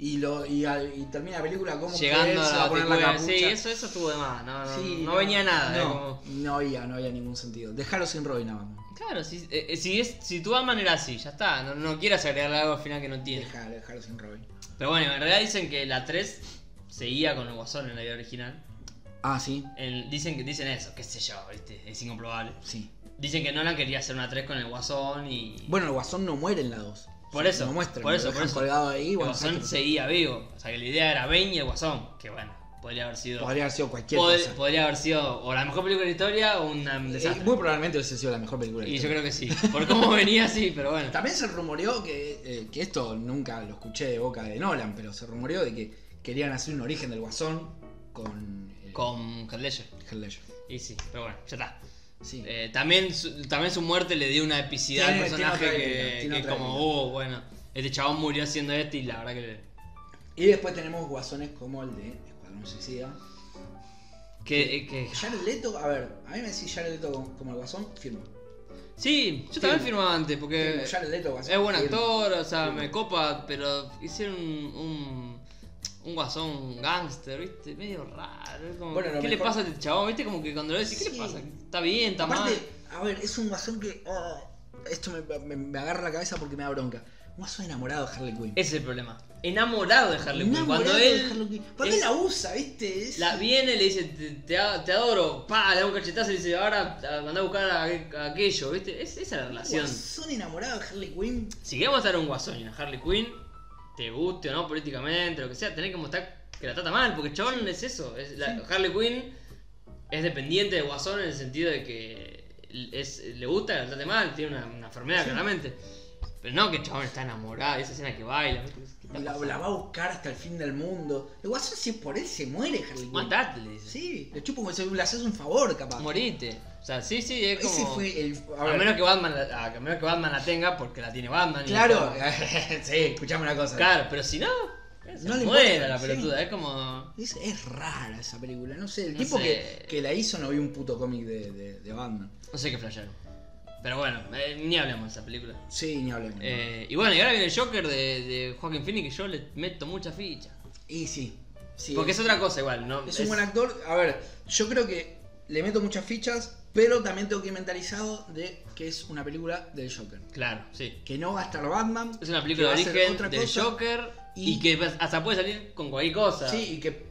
Y, lo, y, al- y termina la película como que él Llegando se va a a poner Tecuel, la capucha. Sí, eso, eso estuvo de más. No, no, Sí, no venía nada. era No, como- no había, no había ningún sentido. Dejarlo sin Robin a Batman. Claro, si, eh, si, es, si tu Batman era así, ya está. No, no quieras agregarle algo al final que no tiene. Dejalo, dejalo sin Robin. Pero bueno, en realidad dicen que la 3 seguía con el guasón en la idea original. Ah, sí, El- dicen, que- dicen eso, qué sé yo, ¿viste? es incomprobable. sí. Dicen que Nolan quería hacer una 3 con el guasón y. Bueno, el Guasón no muere en la 2. Por eso, No muestra. por eso, lo por dejan eso. colgado ahí. el bueno, guasón sabes que seguía vivo. O sea, que la idea era Bane y el guasón. Que bueno, podría haber sido. Podría haber sido cualquier Pod- cosa. Podría haber sido o la mejor película de la historia o una- un Eh, desastre. muy probablemente hubiese sido la mejor película. de la y yo historia. creo que sí. Por cómo venía, sí, pero bueno. También se rumoreó que, eh, que esto nunca lo escuché de boca de Nolan, pero se rumoreó de que querían hacer un origen del Guasón con, eh, Con Heath Ledger. Heath Ledger. Y sí, pero bueno, ya está. Sí. Eh, también, su, también su muerte le dio una epicidad al Tiene- personaje tiene otra que, épica, tiene que es otra como, oh, bueno, este chabón murió haciendo esto y la verdad que le- Y después tenemos guasones como el de Escuadrón Suicida. Que, eh, que- Jared Leto, a ver, a mí me decís Jared Leto como, como el Guasón, firmo. Sí, yo Sí. también firmaba antes porque Firmo, Jared Leto Guasón. Eh, es buen firmo. actor, o sea, Sí. me copa, pero hicieron un, un, un guasón gangster, ¿viste? Medio raro. es como, Bueno, lo ¿Qué le mejor- pasa a este chabón? ¿Viste? Como que cuando lo decís, ¿qué le Sí. pasa? Está bien, está Aparte, mal. a ver, es un Guasón que. oh, esto me, me- me agarra la cabeza porque me da bronca. Un Guasón enamorado de Harley Quinn. Ese es el problema. Enamorado de Harley Quinn. Enamorado Cuando de él Harley Quinn. es- Cuando él la usa, ¿viste? Es- la viene, le dice, te, te a- te adoro, pa, le da un cachetazo y le dice, ahora anda a buscar a, a aquello, ¿viste? Es, esa es la relación. Guasón enamorado de Harley Quinn. Si querés mostrar un guasón y una Harley Quinn, te guste o no políticamente, lo que sea, tenés que mostrar que la trata mal, porque el chabón es eso. es la- Harley Quinn es dependiente de guasón en el sentido de que es, le gusta que la trate mal, tiene una, una enfermedad claramente. Pero no que el chabón está enamorado, esa escena que baila, ¿viste? ¿Qué está La, pasando? la va a buscar hasta el fin del mundo. El guasón, si es por él, se muere Harley Quinn. Matate, le dice. Sí, le chupo un hueso, le haces un favor, capaz. Morite. O sea, sí, sí, es como... Ese fue el. a A ver, menos, que Batman la, a menos que Batman la tenga porque la tiene Batman. y- Claro, sí, escuchame una cosa. Claro, pero si no, se No le muera importa, la sí. pelotuda. Es como. Es, es rara esa película, no sé. El No tipo sé. Que, que la hizo no vio un puto cómic de, de, de Batman. No sé qué flashearon. Pero bueno, eh, ni hablamos de esa película. Sí, ni hablemos. Eh, y bueno, y ahora viene el Joker de, de Joaquin Phoenix que yo le meto mucha ficha. Y sí. sí Porque es otra cosa igual, ¿no? Es un buen actor. A ver, yo creo que le meto muchas fichas, pero también tengo que ir mentalizado de que es una película del Joker. Claro, sí. Que no va a estar Batman. Es una película que de va a ser origen otra del cosa. Joker y... y- que hasta puede salir con cualquier cosa. Sí, y que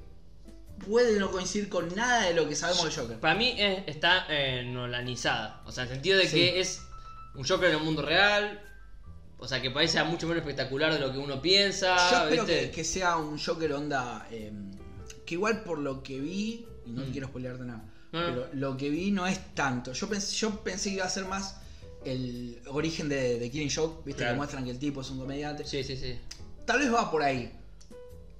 puede no coincidir con nada de lo que sabemos del Joker. Para mí es- está eh, nolanizada. O sea, en el sentido de Sí. que es un Joker en el mundo real. O sea, que parece mucho menos espectacular de lo que uno piensa. Yo espero Ah, ¿viste? que, que sea un Joker onda. eh, que igual por lo que vi, y no Mm. quiero spoilearte nada, No, no. pero lo que vi no es tanto. Yo pensé, yo pensé que iba a ser más el origen de, de Killing Joke, viste, Claro. que muestran que el tipo es un comediante. Sí, sí, sí. Tal vez va por ahí.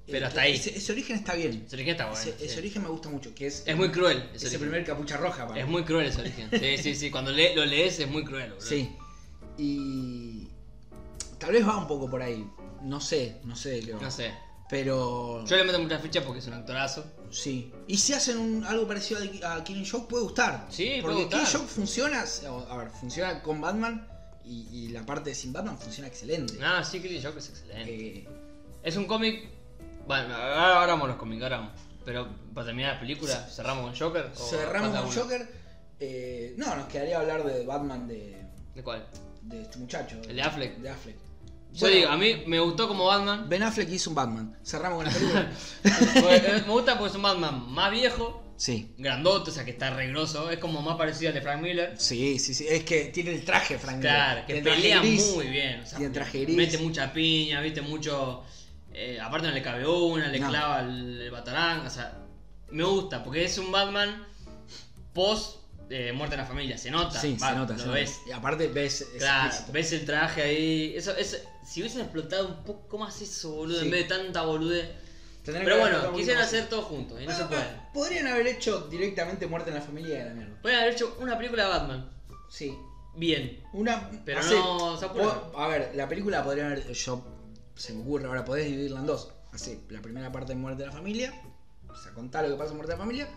Pero Eh, hasta ahí. Ese, ese origen está bien. Ese origen está bueno. ese, sí. ese origen me gusta mucho, que es. Es muy cruel. ese Ese origen. primer capucha roja, para Es mí. muy cruel ese origen. Sí, sí, sí. Cuando le- lo lees es muy cruel. boludo. Sí. Y. Tal vez va un poco por ahí. No sé, no sé de qué va. No sé. Pero. Yo le meto muchas fichas porque es un actorazo. Sí. Y si hacen un- algo parecido a, a Killing Joke, puede gustar. Sí, puede Porque gustar. Killing Joke funciona, o, a ver, funciona con Batman y, y la parte de sin Batman funciona excelente. Ah, sí, Killing Joke es excelente. Eh, Es un cómic Bueno, ahora ahora vamos a los cómics, ahora vamos. Pero para terminar la película, ¿cerramos con Joker? o Cerramos Oh, falta con uno? Joker. Eh, no, nos quedaría hablar de Batman de, ¿De cuál? de este muchacho. El de Affleck. De Affleck. Yo Bueno, digo, a mí me gustó como Batman. Ben Affleck hizo un Batman. Cerramos con la película. Porque- eh, me gusta porque es un Batman más viejo, sí. grandote, o sea que está re grosso. Es como más parecido al de Frank Miller. Sí, sí, sí. Es que tiene el traje, Frank. Claro, que Tiene el traje pelea gris. muy bien. o sea, Tiene traje gris. Mete mucha piña, viste, mucho. eh, aparte no le cabe una, le No. clava el, el batarán. O sea, me gusta, porque es un Batman post eh, muerte en la familia. Se nota. Sí, va, se nota. Lo se nota. ves. Y aparte ves. es Claro, explícito. ves el traje ahí. Eso, eso- si hubiesen explotado un poco más eso, boludo, Sí. en vez de tanta boludez. Tendrían Pero que haber tocado bueno, un quisieron poquito más. hacer todo juntos y no se Ah, puede. Podrían haber hecho directamente Muerte en la Familia de la mierda. Pueden haber hecho una película de Batman. Sí. Bien. Una. Pero hace- no se apura. po- A ver, la película podría haber. Yo. Se me ocurre, ahora podés dividirla en dos. Así, la primera parte de Muerte de la Familia. O sea, contá lo que pasa en Muerte de la Familia.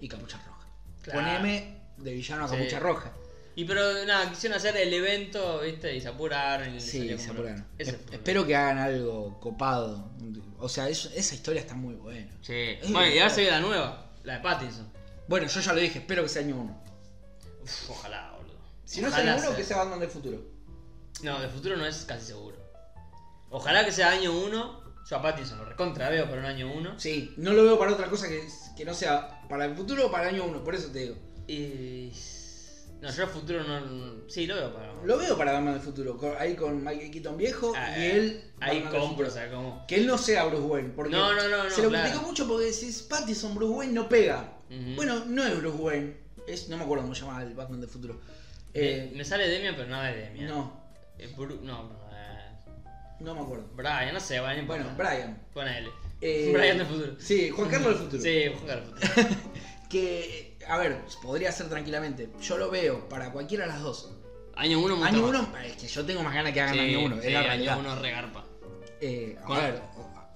Y Capucha Roja. Claro. Poneme de villano a Sí. Capucha Roja. Y pero nada, quisieron hacer el evento, viste, y se apuraron. Y Sí, se apuraron. Ese fue el Es- problema. Espero que hagan algo copado. O sea, es- esa historia está muy buena. Sí. Bueno, y ahora se ve la nueva, la de Pattinson. Bueno, yo ya lo dije, espero que sea año uno. Uf, ojalá, boludo. Si no es Ojalá año uno, que sea Batman del futuro. No, de futuro no es casi seguro. Ojalá que sea año 1. Yo a Pattinson lo recontra veo para un año 1. Sí, no lo veo para otra cosa que, que no sea para el futuro o para el año 1, por eso te digo. Y. No, yo a futuro no. Sí, lo veo para. Lo veo para Batman del futuro, con- ahí con Michael Keaton viejo Ah, y él. Ahí Batman del compro, o futuro. sea, como. Que él no sea Bruce Wayne, porque No, no, no, no, se lo claro. critico mucho porque decís, Pattinson Bruce Wayne no pega. Ujú. Bueno, no es Bruce Wayne, es, no me acuerdo cómo se llama el Batman del futuro. Eh, Eh, me sale Demian, pero no es Demian. no, Eh, Bru- no, eh, no me acuerdo. Brian, no sé, Brian. Bueno, Brian. Ponele. Eh, Brian del futuro. Sí, Juan Carlos del futuro. Sí, jugar al futuro. Que, a ver, podría ser tranquilamente. Yo lo veo para cualquiera de las dos. Año 1 Año 1, es que yo tengo más ganas que hagan año 1, es la realidad. Año 1 regarpa. Eh, a Con- ver,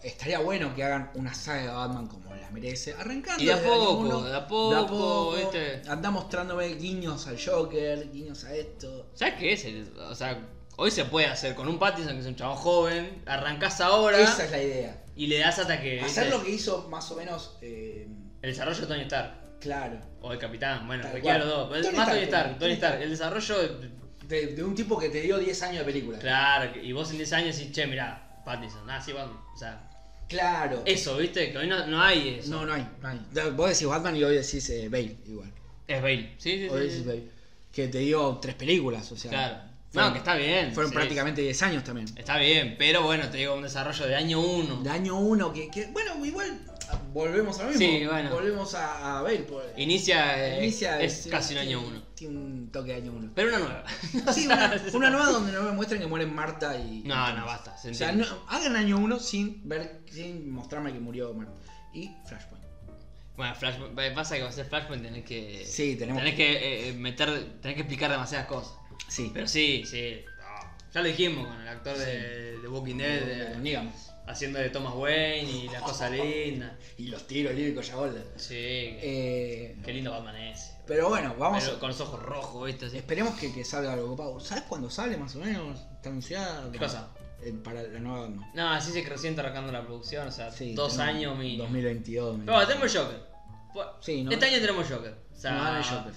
estaría bueno que hagan una saga de Batman como la merece, arrancando Y de a desde el año poco, uno, de a poco, ¿viste? Anda mostrándome guiños al Joker, guiños a esto. ¿Sabes qué es? el- O sea, hoy se puede hacer con un Pattinson que es un chavo joven. Arrancás ahora Esa es la idea. y le das hasta que. Hacer ¿viste? lo que hizo más o menos, eh, El desarrollo de Tony Stark. claro, O el capitán, bueno, Tal cualquiera de cual. los dos. pero Tony más Tony Stark, Stark, Tony Tony Stark. Stark. El desarrollo. de, de un tipo que te dio 10 años de película. Claro, y vos en 10 años decís, che, mirá, Pattinson. Ah, sí, Batman. O sea, Claro. eso, viste, que hoy no, no hay eso. No, no hay, no hay. Da- Vos decís Batman y hoy decís eh, Bale, igual. Es Bale. Sí, sí, Hoy sí, decís sí. Bale. Que te dio tres películas, o sea. Claro. fueron- no, que está bien. Fueron sí. prácticamente 10 años también. Está bien, pero bueno, te digo, un desarrollo de año 1. de año 1 que, que- bueno igual ah, volvemos a lo mismo Sí, bueno. volvemos a, a ver por- Inicia, eh, inicia es eh, casi un tiene- año 1. tiene un toque de año 1 Pero una nueva. sí una, una nueva donde no me muestren que mueren Marta y No, no, basta. se o sea entiende. no- hagan año 1 sin ver sin mostrarme que murió Marta y Flashpoint Bueno, Flashpoint, eh, pasa que va a ser Flashpoint, tenés que. Sí, tenemos Eh, Tenés que eh, meter, tenés que explicar demasiadas cosas. sí Pero sí, sí. no. Ya lo dijimos con el actor de, de Walking Dead de- Negan. haciendo de Thomas Wayne y las cosas lindas. y los tiros líricos ya golden Sí, qué- Eh, qué lindo Batman es. pero bueno vamos Pero a- con los ojos rojos, ¿viste? Así. esperemos que, que salga algo copado ¿sabes cuándo sale más o menos? está anunciada ¿Qué cosa? Eh, para la nueva no. No, así se recién está arrancando la producción, o sea, Sí, dos tenemos años mínimo. 2022. Pero bueno, tenemos Joker. Po- Sí, ¿no? Este año tenemos Joker. O sea, No, no hay Joker.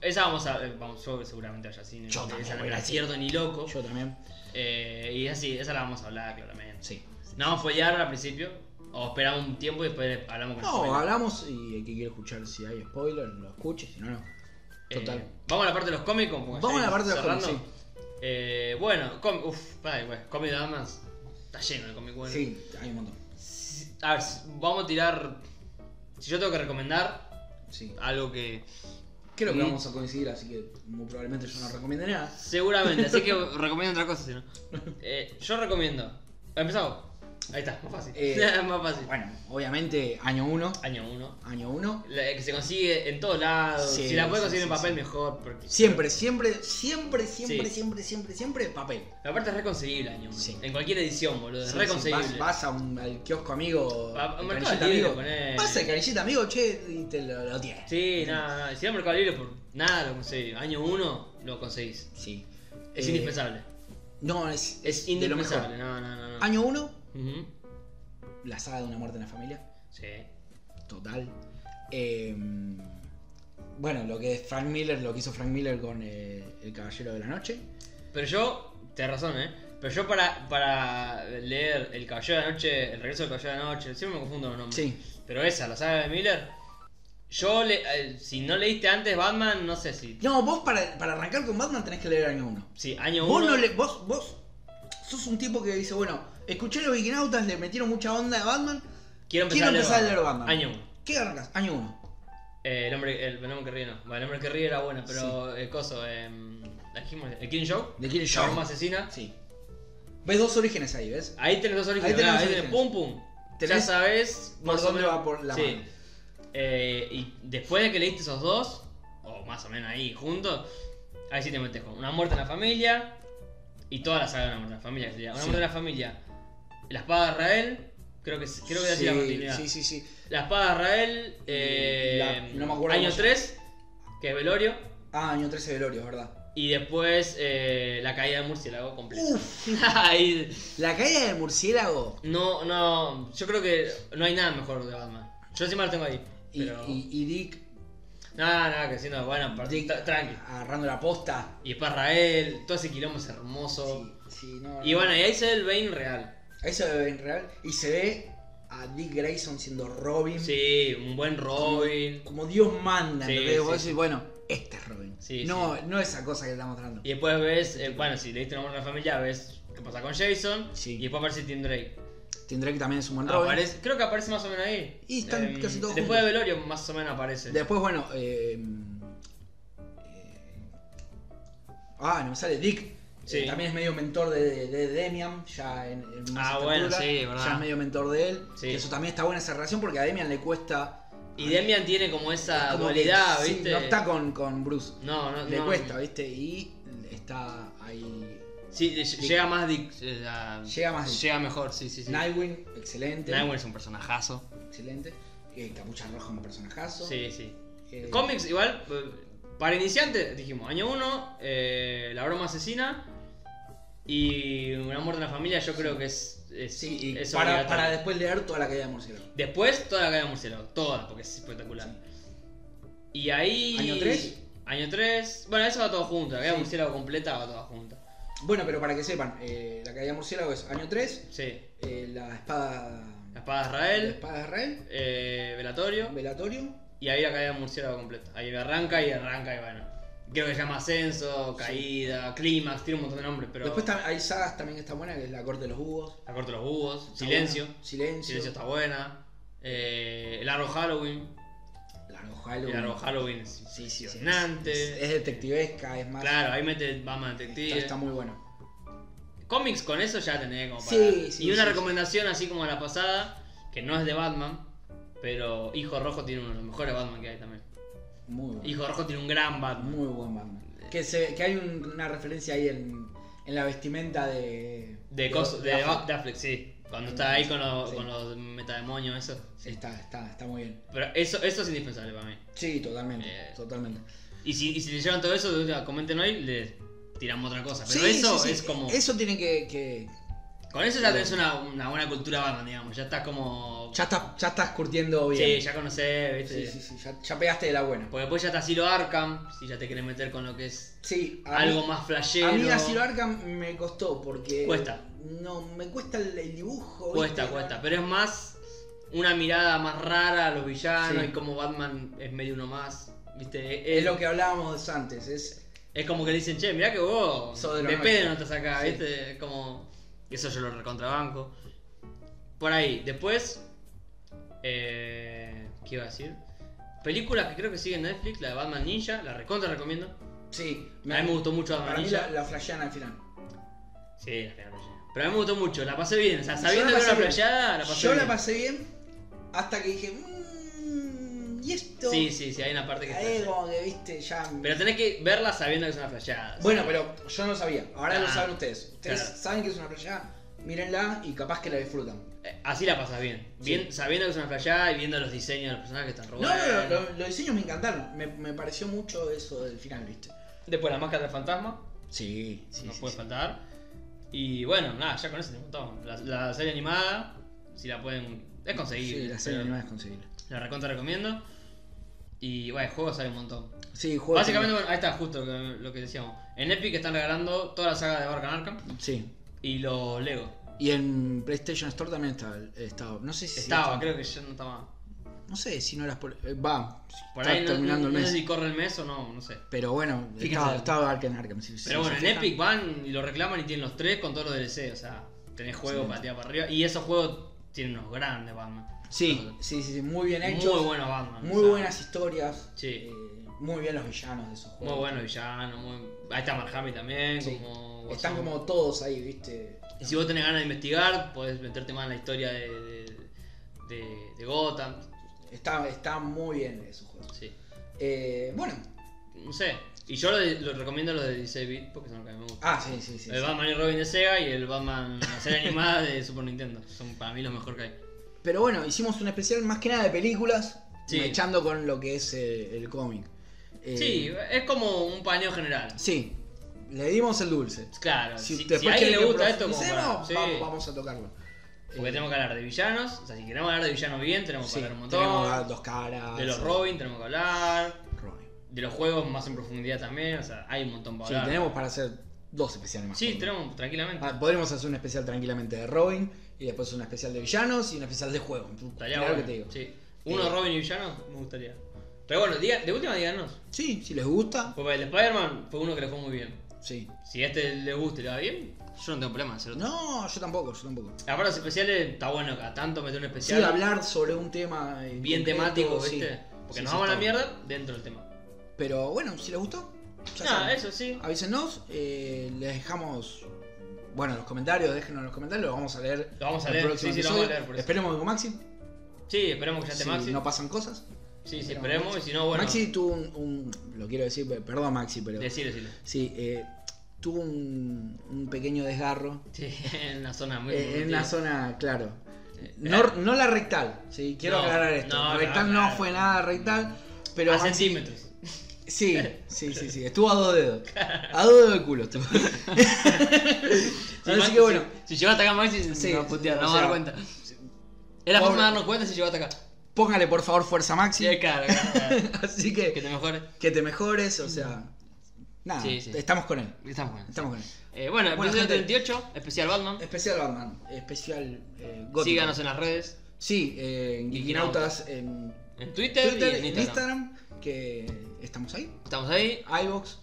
Esa vamos a. eh, Vamos, yo seguramente vaya así. Yo también esa no voy me la a ir. pierdo ni loco. Yo también. Eh, y así, esa la vamos a hablar claramente. Sí. No vamos a follar al principio. O esperamos un tiempo y después hablamos con No, spoiler. hablamos y el que quiere escuchar si hay spoiler, lo escuche, si no, no. Eh, Total. vamos a la parte de los cómics. como ya Vamos a la ir parte de los cerrando. cómics, Eh, bueno, cómic. Uf, para, pues, cómic de Batman Está lleno de cómic bueno. Sí, hay un montón. Si- A ver, si- vamos a tirar. Si yo tengo que recomendar Sí. algo que. Creo que Mm. vamos a coincidir, así que muy probablemente yo no recomiende nada. Seguramente, así que recomiendo otra cosa, si no. Eh, yo recomiendo. Empezamos. Ahí está, más fácil. Eh, más fácil. Bueno, obviamente, año 1. Año 1. Año 1. Que se consigue en todos lados. Sí, si la puedes sí, conseguir sí, en papel, sí. mejor. Porque... Siempre, siempre, siempre, siempre, Sí. siempre, siempre, siempre, papel. Aparte es reconseguible año 1. Sí. En cualquier edición, boludo. Es Sí, sí, reconseguible. vas, vas a un, al kiosco amigo, A- a al Mercado canillita Libre, amigo. poné. Vas al canillita amigo, che, y te lo, lo tienes. Sí, nada, nada. Si no Mercado Libre, por nada lo conseguís. Año 1 lo conseguís. Sí. Es Eh, indispensable. No, es, Es de lo mejor. indispensable. No, no, no. no. Año 1, Ujú. la saga de Una Muerte en la Familia. Sí. Total. Eh, bueno, lo que es Frank Miller, lo que hizo Frank Miller con eh, El Caballero de la Noche. Pero yo, tenés razón, ¿eh? Pero yo para, para leer El Caballero de la Noche, El Regreso del Caballero de la Noche, siempre me confundo los nombres. Sí. Pero esa, la saga de Miller, yo, le, eh, si no leíste antes Batman, no sé si... No, vos para, para arrancar con Batman tenés que leer año 1. Sí, año Vos, 1... no le, vos, vos sos un tipo que dice, bueno, escuché los vikinautas, le metieron mucha onda a Batman. quiero empezar, quiero a, leer empezar a leer Batman. Año 1. ¿Qué arrancas? Año 1. el hombre, el, el hombre que ríe no. Bueno, el hombre que ríe era bueno, pero el coso, em, la dijimos, el Killing Show, The Killing la bomba Joke. asesina. Sí. Ves dos orígenes ahí, ¿ves? Ahí tenés dos orígenes, Ahí tenés claro, ahí dos tenés, pum orígenes. pum. Ya Tenés sabés por más o dónde menos- va por la mano. Eh, y después de que leíste esos dos, o más o menos ahí juntos, ahí sí te metes con Una muerte en la familia y toda la saga de Una muerte en la familia. que sería Una Sí. muerte en la familia, La espada de Israel, creo que creo que así la continuidad. Sí, sí, sí. La espada de Israel, eh, La- no me acuerdo año cómo se- 3, que es Velorio, Ah, año 13 de Velorio, es verdad. y después eh, la caída del murciélago completa. Uf, Ahí- la caída del murciélago. No, no, yo creo que no hay nada mejor de Batman. Yo encima lo tengo ahí. Y, Pero... y- y Dick, Nada, nada, que si no, bueno, par- Dick tra- tranqui. agarrando la posta. Y después Rael, todo ese quilombo es hermoso. Sí, sí, no, Y no. bueno, y ahí se ve el Bane real. Eso se ve en real. Y se ve a Dick Grayson siendo Robin. Sí, un buen Robin. Como Dios manda. Sí, ¿entendés? Vos sí, decís, bueno, este es Robin. Sí, no, no esa cosa que está mostrando. Y después ves, eh, bueno, si leíste una buena familia, ves qué pasa con Jason. Sí. Y después aparece Tim Drake. Tendré que también es Ah, un buen Robin. Aparece, creo que aparece más o menos ahí. Y están Em, casi todos Después de juntos. Velorio, más o menos aparece. Después, bueno. eh, eh, ah, no me sale Dick. Sí. Eh, también es medio mentor de, de Demian, ya en, en más Ah, estatura, bueno, sí, verdad. Ya es medio mentor de él. Sí. Que Eso también está buena esa relación porque a Demian le cuesta. Y Demian tiene como esa como que, dualidad, sí, ¿viste? no está con, con Bruce. no, no, le no. cuesta, ¿viste? Y está ahí. Sí, ll- llega más Dick. eh, a- Llega más Dick. Llega mejor, sí, sí, sí. Nightwing, excelente. Nightwing es un personajazo. Excelente. Eh, Capucha Roja, un personajazo. Sí, sí. Eh, Cómics, igual, eh, para iniciantes, dijimos, año 1, La broma asesina y Una muerte en la familia, yo creo que es, es, Sí, y es para, obligatorio. para después leer toda la caída de Murciélago. Después, toda la caída de Murciélago, toda, porque es espectacular. Y ahí... ¿Año tres? Año 3, bueno, eso va todo junto, la caída de Sí. Murciélago completa va toda junta. Bueno, pero para que sepan, eh, la caída de Murciélago es año 3, Sí, eh, la espada. La espada de La Israel, espada de Israel, eh, Velatorio, velatorio. y ahí la caída de Murciélago completa. Ahí arranca y arranca y bueno. Creo que se llama Ascenso, Caída, Clímax, tiene un montón de nombres, pero... Después tam- hay sagas también que están buenas, que es La Corte de los Búhos. La corte de los búhos, Está Silencio, buena. Silencio. Silencio está buena, eh, Largo Halloween, Largo Halloween. Largo Halloween es Sí, sí, sí. fascinante. Es, es detectivesca, es más. Claro, ahí mete Batman Está, Detective. está muy bueno. Cómics con eso ya tenés como para. Sí, sí, y una sí, recomendación así como la pasada, que no es de Batman, pero Hijo Rojo tiene uno de los mejores Batman que hay también. Muy bueno. Hijo Rojo tiene un gran Batman. Muy buen Batman. Que, se, que hay un- una referencia ahí en, en la vestimenta de. De cos- de, Batman. Ba- de Affleck, sí. Cuando está ahí con los, Sí. con los metademonios, eso. Sí, está, está, está muy bien. Pero eso, eso es indispensable para mí. Sí, totalmente. Eh, Totalmente. Y si, y si leyeron todo eso, de última, comenten hoy, le tiramos otra cosa. Pero Sí, eso sí, sí. es como. Eso tiene que. que- Con eso ya tenés una, una buena cultura Batman, digamos. Ya estás como. ya, estás, ya estás curtiendo sí, bien. ya conocés, sí, ¿viste? sí, sí, ya, ya pegaste de la buena. Porque después ya está Silo Arkham, si ya te querés meter con lo que es Sí, a algo mí, más flashero. A mí Asilo Arkham me costó porque. Cuesta. No, me cuesta el, el dibujo. Cuesta, ¿viste? cuesta. Pero es más una mirada más rara a los villanos Sí. y como Batman es medio uno más. ¿Viste? Es lo que hablábamos antes. Es, Es como que le dicen, che, mirá que vos Sos de lo de nuestro. pedo no estás acá, Sí. ¿viste? Es Como. Eso yo lo recontrabanco. Por ahí, después. Eh, ¿Qué iba a decir? Películas que creo que siguen Netflix, la de Batman Ninja, la recontra recomiendo. sí, a mí me gustó mucho Para Batman mí Ninja. la, la flashean al final. Sí, la final rellena. Pero a mí me gustó mucho, la pasé bien. O sea, sabiendo Yo que era la una pasé bien. playada, la pasé Yo bien. la pasé bien hasta que dije. "Mm, ¿Y esto? Sí, sí, sí, hay una parte que está. Ahí como que viste, ya. mm". Pero tenés que verla sabiendo que es una flayada. Bueno, pero yo no lo sabía. Ahora lo Ah, saben ustedes. Ustedes claro. saben que es una playa, mírenla y capaz que la disfrutan. Eh, Así la pasas bien. Sí. bien. Sabiendo que es una flayada y viendo los diseños de los personajes que están No, robados. no, no, lo- los diseños me encantaron. Me, me pareció mucho eso del final, ¿viste? Después la máscara del fantasma, Sí, sí. no puede faltar. Y bueno, nada, ya con eso te montón. La, la serie animada, si la pueden. Es conseguible. Sí, la serie pero animada es conseguible. La recontra recomiendo. Y bueno, juegos hay un montón. Sí, juego. Básicamente, bueno, ahí está justo que- lo que decíamos. En Epic están regalando toda la saga de Arkham Arkham Sí. y los Lego. Y en PlayStation Store también está, estaba. No sé si Estaba, creo que ya no estaba. No sé si no eras por. eh, va, Por está ahí no, terminando no- el no mes. sé si corre el mes o no, no sé. Pero bueno, Fíjense. estaba, estaba Arkham Arkham. sí, sí, Pero bueno, se en fijan. Epic van y lo reclaman y tienen los tres con todos los DLC, o sea, tenés juego Excelente. para tirar para arriba. Y esos juegos tienen unos grandes Batman. Sí, sí, sí, sí, muy bien Muy hechos. buenos Batman. Muy o sea, buenas historias. Sí. eh, muy bien los villanos de esos Muy juegos. buenos villanos. Muy... Ahí está Marjami también. Sí. Como Están Guasón. como todos ahí, viste. Y si vos tenés ganas de investigar, podés meterte más en la historia de, de, de- de Gotham. Está, está muy bien esos juegos. Sí. Eh, bueno. No sé. Y yo lo, de- lo recomiendo los de 16 bits porque son los que a mí me gustan. Ah, sí, sí, sí. el sí. Batman y Robin de Sega y el Batman la serie animada de Super Nintendo. Son para mí los mejor que hay. Pero bueno, hicimos un especial más que nada de películas. Sí. Echando con lo que es eh, el cómic. Eh, Sí, es como un paneo general. Sí. Le dimos el dulce. Claro, si, si después a alguien quieren le que gusta esto, como profundicemos, para- sí, vamos, vamos a tocarlo. porque Eh, tenemos que hablar de villanos. O sea, si queremos hablar de villanos bien, tenemos que sí, hablar un tenemos que montón. dar dos caras. De los eh, Robin tenemos que hablar. Robin. De los juegos más en profundidad también. O sea, hay un montón para Sí, hablar. tenemos para hacer dos especiales más. Sí, Robin. tenemos tranquilamente. Ah, podríamos hacer un especial tranquilamente de Robin y después un especial de villanos y un especial de juego. Estaría Mirá lo bueno. que te digo. Sí. Uno Eh. Robin y villano, me gustaría. Pero bueno, diga- de última díganos. Sí, si les gusta, Porque el de Spider-Man fue uno que le fue muy bien. sí. Si a este le gusta y le va bien, yo no tengo problema de hacerlo. No, yo tampoco, yo tampoco. Aparte los especiales, está bueno a tanto meter un Sí, especial hablar sobre un tema eh, en bien concreto, temático, sí. ¿viste? Porque Sí, nos sí, vamos a la está mierda dentro del tema. bueno. Pero bueno, si les gustó, ya Nada, saben. eso sí. avísenos, eh, les dejamos, bueno, los comentarios, déjenos en los comentarios, los vamos a leer. Lo vamos a al leer, próximo sí, sí, lo episodio. vamos a leer, por eso. Esperemos que con Maxi, Sí, esperemos que ya esté si Maxi. no pasan cosas. sí, sí, Pero esperemos. Y si no, bueno, Maxi tuvo un, un- lo quiero decir, perdón Maxi, pero... decir, decirlo. Sí, eh, tuvo un, un pequeño desgarro Sí, en una zona muy. eh, en muy- la zona, claro. Eh, No, no la rectal, sí, quiero No, aclarar esto. no, rectal no, no, claro. fue nada rectal, pero a Maxi- centímetros. sí, sí, sí, sí, estuvo a dos dedos. A dos dedos de culo estuvo. Si Así Maxi- que bueno, Si, si llegó hasta acá Maxi, se Sí, se va a putear, o no va a dar sea, cuenta. Es la pobre- forma de darnos cuenta si llegó hasta acá. póngale por favor fuerza Maxi. Sí, claro, claro, claro. Así Que que te mejores. que te mejores, o sea, nada, Sí, sí. estamos con él. Estamos buenos. Estamos con él. Eh, bueno, Bueno, episodio gente. 38, especial Batman. Especial Batman, especial eh, gótico. Síganos en las redes. Sí, eh, en Geekinautas. Geekinautas, en En Twitter, Twitter, y en en Instagram. Instagram, que estamos ahí. Estamos ahí. iBox.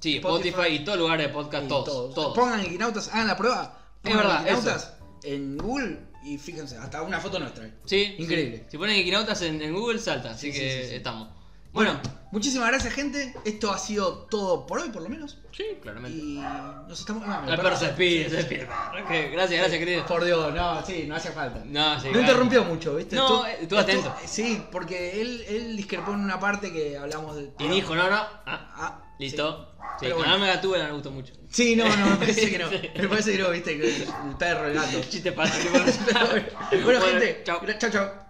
Sí, Spotify, y todo lugar de podcast, y Ah, todos. todo. todos. Pongan Geekinautas, hagan la prueba. Pongan verdad, Geekinautas en Google y fíjense, hasta una foto nuestra. Sí, Increíble. sí. Si ponen Equinautas en, en Google, salta. Así Sí, sí, que sí, sí. estamos. Bueno, muchísimas gracias, gente. Esto ha sido todo por hoy, por lo menos. Sí, claramente. Y nos estamos. Ah, El perro se despide, se despide. Ok, gracias, gracias, querido. Por Dios, no, sí, no hacía falta. No, sí, No claro. interrumpió mucho, ¿viste? No, eh, estuvo atento. Sí, porque él, él discrepó en una parte que hablamos de. Y dijo, no, no. Ah, Ah, sí. listo. Sí, Pero con bueno. Alma Gatúbela me gustó mucho. Sí, no, no, me parece que no. Sí. Me parece que no, viste, que el perro, el gato. Chiste para Pero Bueno, bueno, gente, chau. chao, chao.